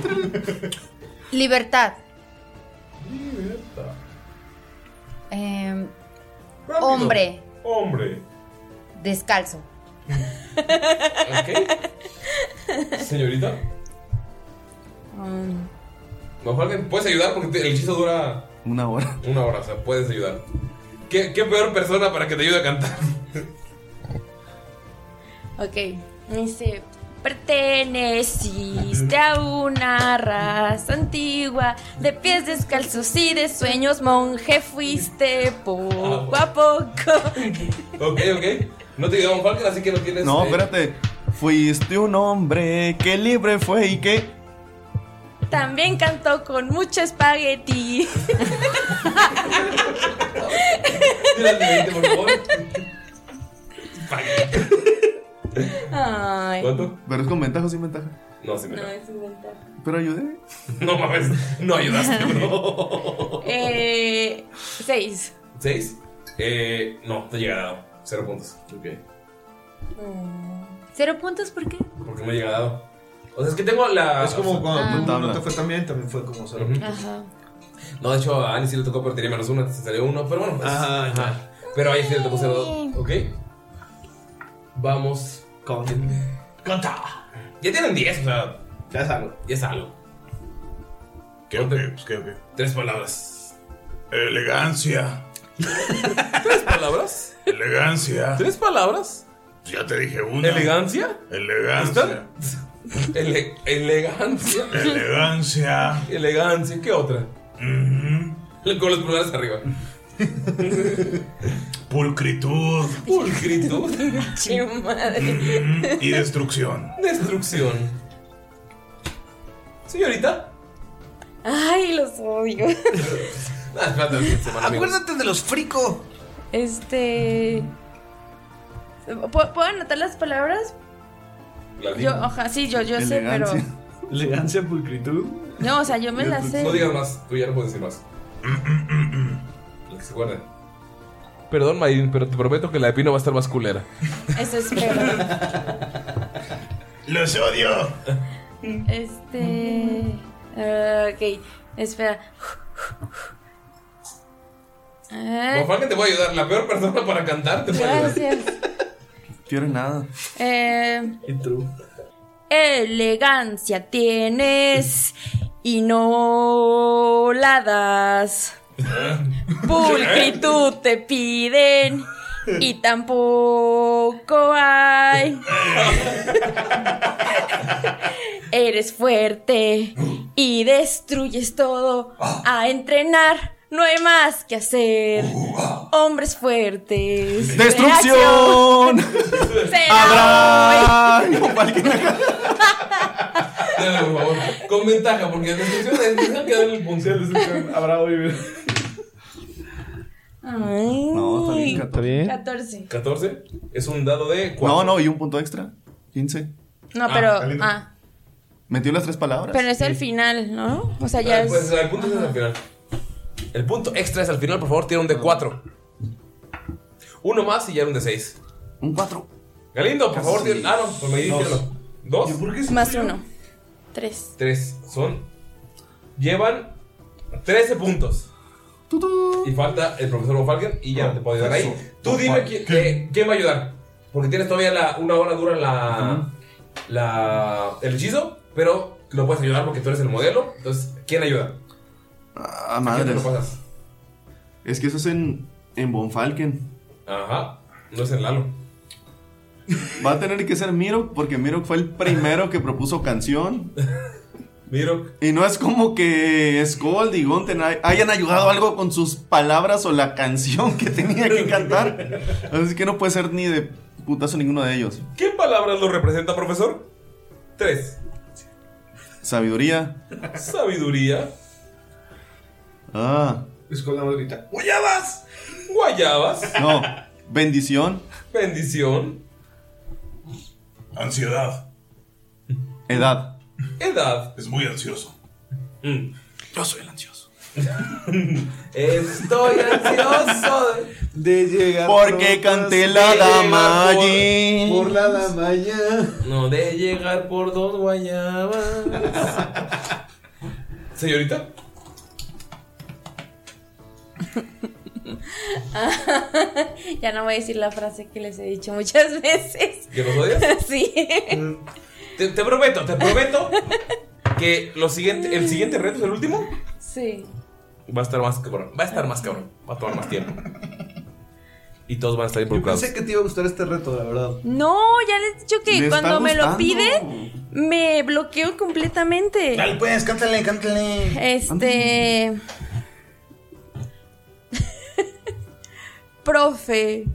C: Libertad. Em, hombre
A: <laughs> Hombre.
C: descalzo.
A: Señorita. Mejor puedes ayudar porque te- el hechizo dura
E: Una hora.
A: una hora, o sea, puedes ayudar. ¿Qué, qué peor persona para que te ayude a cantar? <laughs>
I: Ok. Dice. Perteneciste a una raza antigua, de pies descalzos y de sueños monje fuiste poco a poco.
A: Ok, ok. No te ayudó Von Falken, así que no tienes.
E: No,
A: eh,
E: espérate. Fuiste un hombre que libre fue y que.
A: <laughs>
I: También cantó con mucho espagueti. Ay.
E: ¿Pero es con ventaja o sin ventaja?
A: No, sin
I: No, es un
A: <laughs>
I: ventaja.
E: Pero ayudé.
A: No mames, no ayudaste, bro.
I: Eh. Seis.
A: <laughs> ¿Seis? Eh, no, te llega dado. Cero puntos. Ok.
C: ¿Cero puntos por qué?
A: Porque no llega dado. O sea, es que tengo la.
F: Es como cuando
C: Ah.
F: no, no te fue tan bien, también fue como solo.
C: Ajá.
A: No, de hecho, a Ani sí le tocó, pero tenía menos uno, se salió uno, pero bueno, pues.
F: Ajá,
A: ajá. Pero ahí sí le tocó cero dos. Ok. Vamos con. Conta. Ya tienen 10, o sea. Ya es algo. Ya es algo.
H: ¿Qué, ok, pues, qué, ok.
A: Tres palabras.
H: Elegancia.
A: ¿Tres palabras?
H: Elegancia.
A: ¿Tres palabras?
H: Pues ya te dije una.
A: ¿Elegancia?
H: Elegancia.
A: Ele- elegancia.
H: Elegancia.
A: Elegancia. ¿Qué otra? Con los pulgares arriba.
H: <laughs>
A: <laughs>
H: Pulcritud.
A: Pulcritud.
H: Y destrucción.
A: Destrucción. Señorita.
I: Ay, los odio.
A: Ah, espérate, semana, amigos.
F: Acuérdate de los frico.
I: Este. ¿Puedo, puedo anotar las palabras? Yo, ojalá, sí, yo, yo sé, pero.
F: Elegancia, pulcritud.
I: No, o sea, yo me las sé.
A: No digas más, tú ya no puedes decir más. Lo que se acuerde. Perdón, Mayrin, pero te prometo que la de Pino va a estar más culera.
I: Eso espero.
H: Los odio.
I: Este. ah, ok, espera. Ah,
A: Bonfalken te voy a ayudar, la peor persona para cantar te puede ayudar.
I: gracias.
E: Peor en nada.
I: Eh,
E: Y tú.
I: elegancia tienes y no la das. Pulcritud te piden y tampoco hay. Eres fuerte y destruyes todo. A entrenar no hay más que hacer. Hombres fuertes.
E: ¡Destrucción!
I: Será hoy.
A: Dale, por favor. Con ventaja, porque en destrucción es destrucción que darle el punto. Habrá hoy.
I: Ay.
E: No, está bien,
I: 14.
A: 14 es un dado de
E: No,
A: 4.
E: no, y un punto extra. 15.
I: No,
E: Ah,
I: pero.
E: caliente.
I: Ah,
E: Metió las tres palabras.
I: pero es el final, ¿no? O sea, ya
A: Pues
I: es.
A: el punto es al final. El punto extra es al final, por favor, tira un de 4. Uno más y ya era un de 6.
E: Un 4.
A: Galindo, por favor,
E: Casi.
A: tira. Ah, no, por medir,
E: Dos.
A: tíralo. ¿Dos? ¿Por qué
I: Más uno. Tres. <laughs>
A: Tres. Son. Llevan 13 puntos. Y falta el profesor Von Falken y ya te puedo ayudar ahí. Tú dime quién, qué- quién va a ayudar. Porque tienes todavía la- una hora dura la, la- el hechizo, pero Lo puedes ayudar porque tú eres el modelo. Entonces, ¿quién
E: <laughs>
A: ayuda?
E: Ah,
A: ¿A quién te
E: madre.
A: lo pasas?
E: Es que eso es en, en Bonfalken.
A: Ajá. No es el Lalo.
E: <laughs> Va a tener que ser Miro, porque Miro fue el primero que propuso canción.
A: Miro.
E: Y no es como que Scold y Gonten hay- hayan ayudado algo con sus palabras o la canción que tenía
A: <laughs>
E: que cantar. Así que no puede ser ni de putazo ninguno de ellos.
A: ¿Qué palabras lo representa, profesor? Tres.
E: Sabiduría.
A: Sabiduría.
E: Ah.
A: Guayabas. Guayabas.
E: No. Bendición.
A: Bendición.
H: Ansiedad.
E: Edad.
A: Edad. Mm.
H: Es muy ansioso.
E: Yo soy el ansioso.
A: <laughs> Estoy
H: <laughs>
A: ansioso.
F: De llegar.
E: Porque canté la dama allí.
F: Por la dama allá.
A: No, de llegar por dos guayabas. Señorita.
I: ya no voy a decir la frase que les he dicho muchas <laughs> veces.
A: ¿Que los odias?
I: sí.
A: Te, te prometo, te prometo que lo siguiente, el siguiente reto es el último.
I: Sí.
A: Va a estar más cabrón. Va a estar más cabrón. Va a tomar más tiempo. Y todos van a estar
F: Yo
A: involucrados.
F: pensé que te iba a gustar este reto, la verdad.
I: No, ya les he dicho que
F: Le está
I: cuando me lo
F: gustando.
I: piden, me bloqueo completamente.
B: Dale, pues, cántale, cántale.
I: Este. <laughs> profe,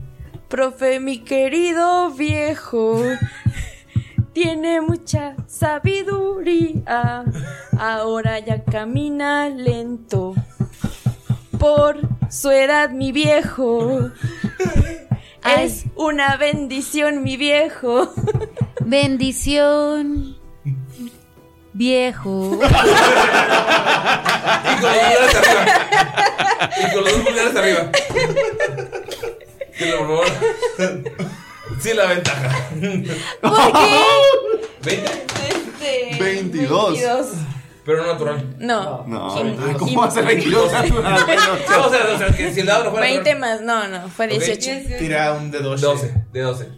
I: profe, mi querido viejo. <laughs> Tiene mucha sabiduría. Ahora ya camina lento. Por su edad, mi viejo. Es una bendición, mi viejo. <laughs>
C: Bendición. Viejo.
A: Y con los pulgares arriba. Y con los dos pulgares arriba. Que lo favor. Sí, la ventaja.
I: ¿Por
M: <laughs>
I: qué?
A: 20,
I: Este,
E: 22.
I: 22.
A: pero no natural.
I: No.
E: No,
A: Ay,
E: ¿cómo va a ser 22 natural?
A: No, <laughs> o sea, o sea, que si el dado no fuera
I: 20 más, no, no, fue
A: Ok.
I: 18.
A: Tira un de 12. 12, de 12.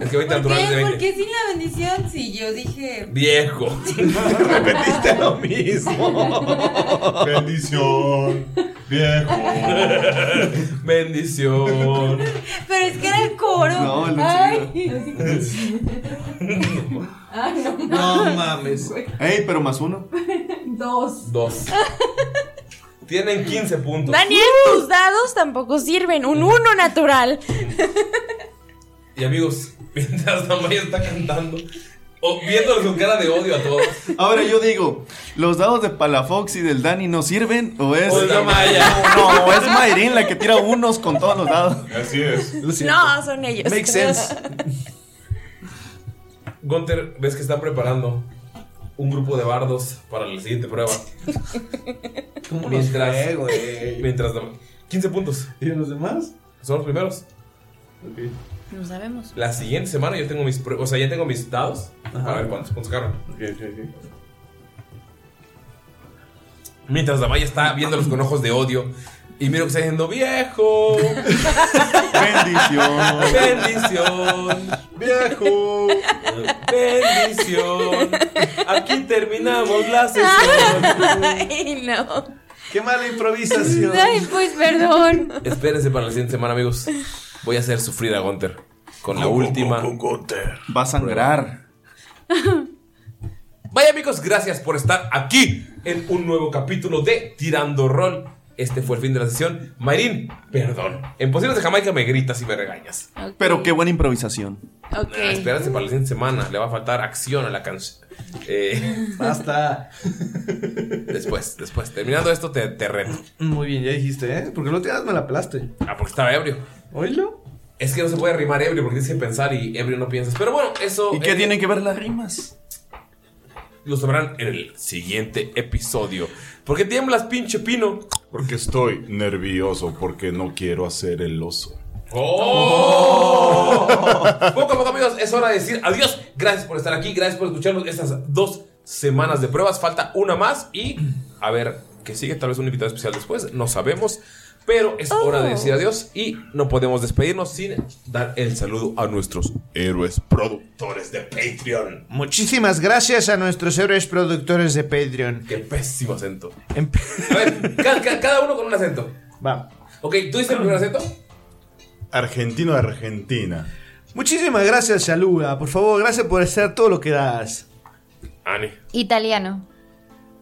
A: Es que 20 natural es de 20.
M: qué sin la bendición? Si yo dije.
A: Viejo. <laughs> Repetiste lo mismo.
B: Bendición. Viejo.
A: <laughs> Bendición.
M: Pero es que era el coro.
A: No, el
M: Ay. Ay, no mames.
E: mames. Ey, pero más uno.
M: Dos.
A: Dos. Tienen 15 puntos.
I: Daniel,
A: Uh.
I: tus dados tampoco sirven. Un 1 natural.
A: Y amigos, <laughs> mientras Damaya está cantando, o viéndole con cara de odio a todos.
E: Ahora yo digo, ¿los dados de Palafox y del Dani no sirven? ¿O es.
A: O es la Maya.
E: No, es Mayrin la que tira unos con todos los dados. Así es.
I: No, son ellos.
E: Makes sense.
A: Gunter, ves que están preparando un grupo de bardos para la siguiente prueba. mientras, mientras Dam- 15 puntos. ¿Y los demás? Son los primeros.
I: No sabemos.
A: La siguiente semana yo tengo mis prue- o sea, ya tengo mis dados para ver cuántos puntos agarran. Mientras Damaya está viéndolos con ojos de odio y miro que está diciendo viejo.
E: Bendición.
A: Bendición. Viejo. Bendición. Aquí terminamos la
I: <laughs>
A: sesión.
I: Ay, no.
F: Qué mala improvisación.
I: Ay, pues perdón.
A: Espérense para la siguiente semana, amigos. Voy a hacer sufrir a Gunter con la última.
E: Va a sangrar.
A: Vaya amigos, gracias por estar aquí en un nuevo capítulo de Tirando Rol. Este fue el fin de la sesión. Mayrin, perdón. En Posibles de Jamaica me gritas y me regañas.
E: Pero qué buena improvisación.
I: Ok.
A: Ah, espérense para la siguiente semana. Le va a faltar acción a la canción. Eh,
F: <laughs> Basta.
A: <laughs> Después, después. Terminando esto, te, te reto.
F: Muy bien, ya dijiste, ¿eh? Porque no te das, me la plaste.
A: Ah, porque estaba ebrio.
F: ¿Oílo?
A: Es que no se puede rimar ebrio porque tienes que pensar y ebrio no piensas. Pero bueno, eso.
E: ¿Y qué
A: eh,
E: tienen que ver las rimas?
A: Lo sabrán en el siguiente episodio. ¿Por qué tiemblas, pinche pino?
B: Porque estoy nervioso, porque no quiero hacer el oso.
A: ¡Oh! <laughs> poco a poco, amigos, es hora de decir adiós. Gracias por estar aquí, gracias por escucharnos estas dos semanas de pruebas. Falta una más y a ver qué sigue. Tal vez un invitado especial después, no sabemos. Pero es hora de decir adiós y no podemos despedirnos sin dar el saludo a nuestros héroes productores de Patreon.
F: Muchísimas gracias a nuestros héroes productores de Patreon. Em-
A: Qué pésimo acento. Cada, cada- cada uno con un acento.
F: Va.
A: Ok, ¿tú dices el primer acento?
B: Argentino de Argentina.
F: Muchísimas gracias, Saluda. Por favor, gracias por hacer todo lo que das.
A: Ani.
C: Italiano.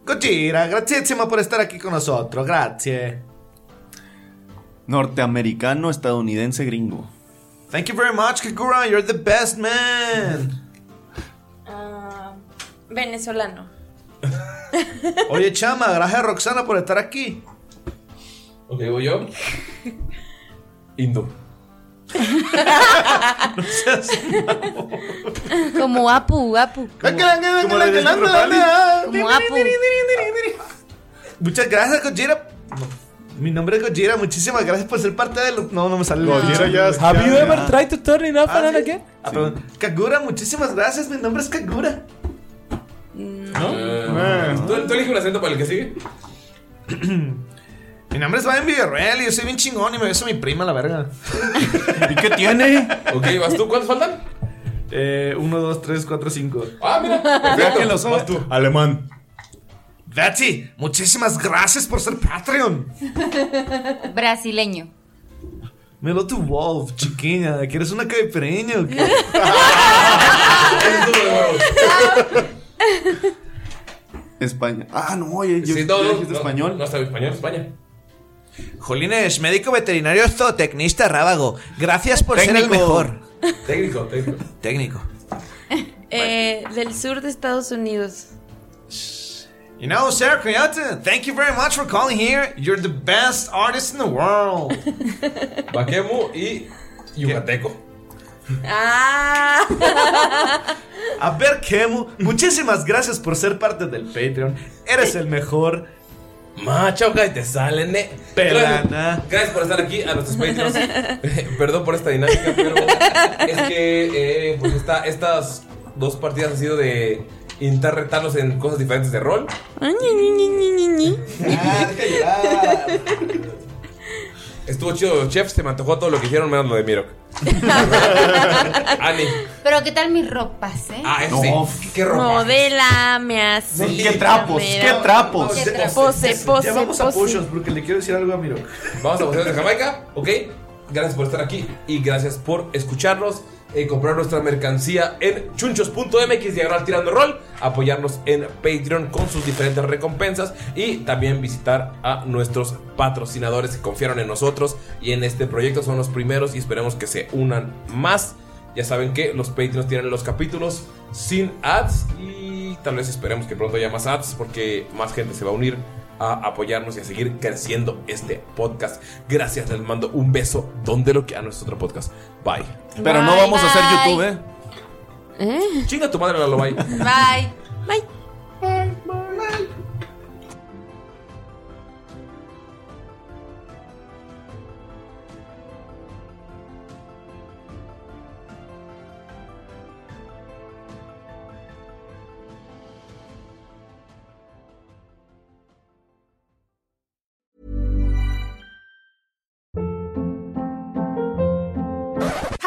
F: Gojira, gracias por estar aquí con nosotros. Gracias.
E: Norteamericano, estadounidense, gringo.
F: Thank you very much, Kikura. You're the best man.
I: Ah, venezolano.
F: Oye, chama, gracias, Roxana, por estar aquí.
A: Ok, voy yo.
F: <laughs>
A: Indo.
C: Como Apu, Apu.
F: Como la de Rupali.
C: Como Apu.
F: Muchas gracias, Gojira. Mi nombre es Gojira. Muchísimas gracias por ser parte de los. No, no me sale.
B: Gojira ya es-
F: Have
B: ya-
F: you
B: ya.
F: ever tried
N: to turn it off
F: and on
N: again?
F: Ah, perdón. Kagura, muchísimas gracias. Mi nombre es Kagura.
A: ¿No? Eh. ¿Tú, tú eliges un acento para el que sigue?
F: <clears throat> Mi nombre es Brian Villarreal y yo soy bien chingón y me beso a mi prima, la verga.
E: <laughs> ¿Y qué tiene?
A: Ok, ¿vas tú? ¿Cuántos faltan?
F: Eh, uno, dos, tres, cuatro, cinco.
A: Ah,
E: <laughs>
A: mira.
F: Perfecto.
A: que lo sabe.
F: Vas tú. Alemán. Betty, muchísimas gracias por ser Patreon.
C: Brasileño.
F: Me lo tu Wolf, chiquilla. ¿Quieres una caipirinha o qué?
E: España. Ah, no, oye, yo,
F: Sí, no,
E: yo
F: no,
E: dijiste
F: no,
E: español.
A: No está español, España.
F: Jolines, médico veterinario zootecnista Rábago. Gracias por ser el mejor.
A: Técnico, técnico.
F: Técnico.
I: Eh, del sur de Estados Unidos.
F: You know, Sarah Coyote, thank you very much for calling here. You're the best artist in the world.
A: Baquemu y Yucateco.
F: A ver, Kemu, muchísimas gracias por ser parte del Patreon. Eres el mejor.
A: Macho que Ah, te salen, eh.
F: Pelana.
A: Gracias por estar aquí a nuestros patrons. <laughs> Perdón por esta dinámica, pero es que eh, pues esta- estas dos partidas han sido de intentar retarnos en cosas diferentes de rol. Estuvo chido, chef, se me antojó todo lo que hicieron menos lo de Mirok. Ani,
C: Pero ¿qué tal mis ropas, eh?
A: ah, eso sí. Qué ropa.
I: Modela, me hace.
F: Sí, qué trapos, qué trapos.
I: Qué
F: Qué
I: trapos.
F: trapos.
I: Pose, pose,
F: Ya vamos a
I: pose.
F: pollos porque le quiero decir algo a Miro.
A: Vamos a Voceros de Jamaica, ¿ok? Gracias por estar aquí y gracias por escucharnos. eh, comprar nuestra mercancía en chunchos.mx diagonal tirando rol, apoyarnos en Patreon con sus diferentes recompensas y también visitar a nuestros patrocinadores que confiaron en nosotros y en este proyecto son los primeros y esperemos que se unan más. Ya saben que los Patreons tienen los capítulos sin ads y tal vez esperemos que pronto haya más ads porque más gente se va a unir a apoyarnos y a seguir creciendo este podcast. Gracias, les mando un beso donde lo que a nuestro otro podcast. Bye.
E: Pero no Bye, vamos a hacer bye. ¿Eh? YouTube,
A: ¿eh? Chinga tu madre, Lalo, bye.
I: Bye. Bye.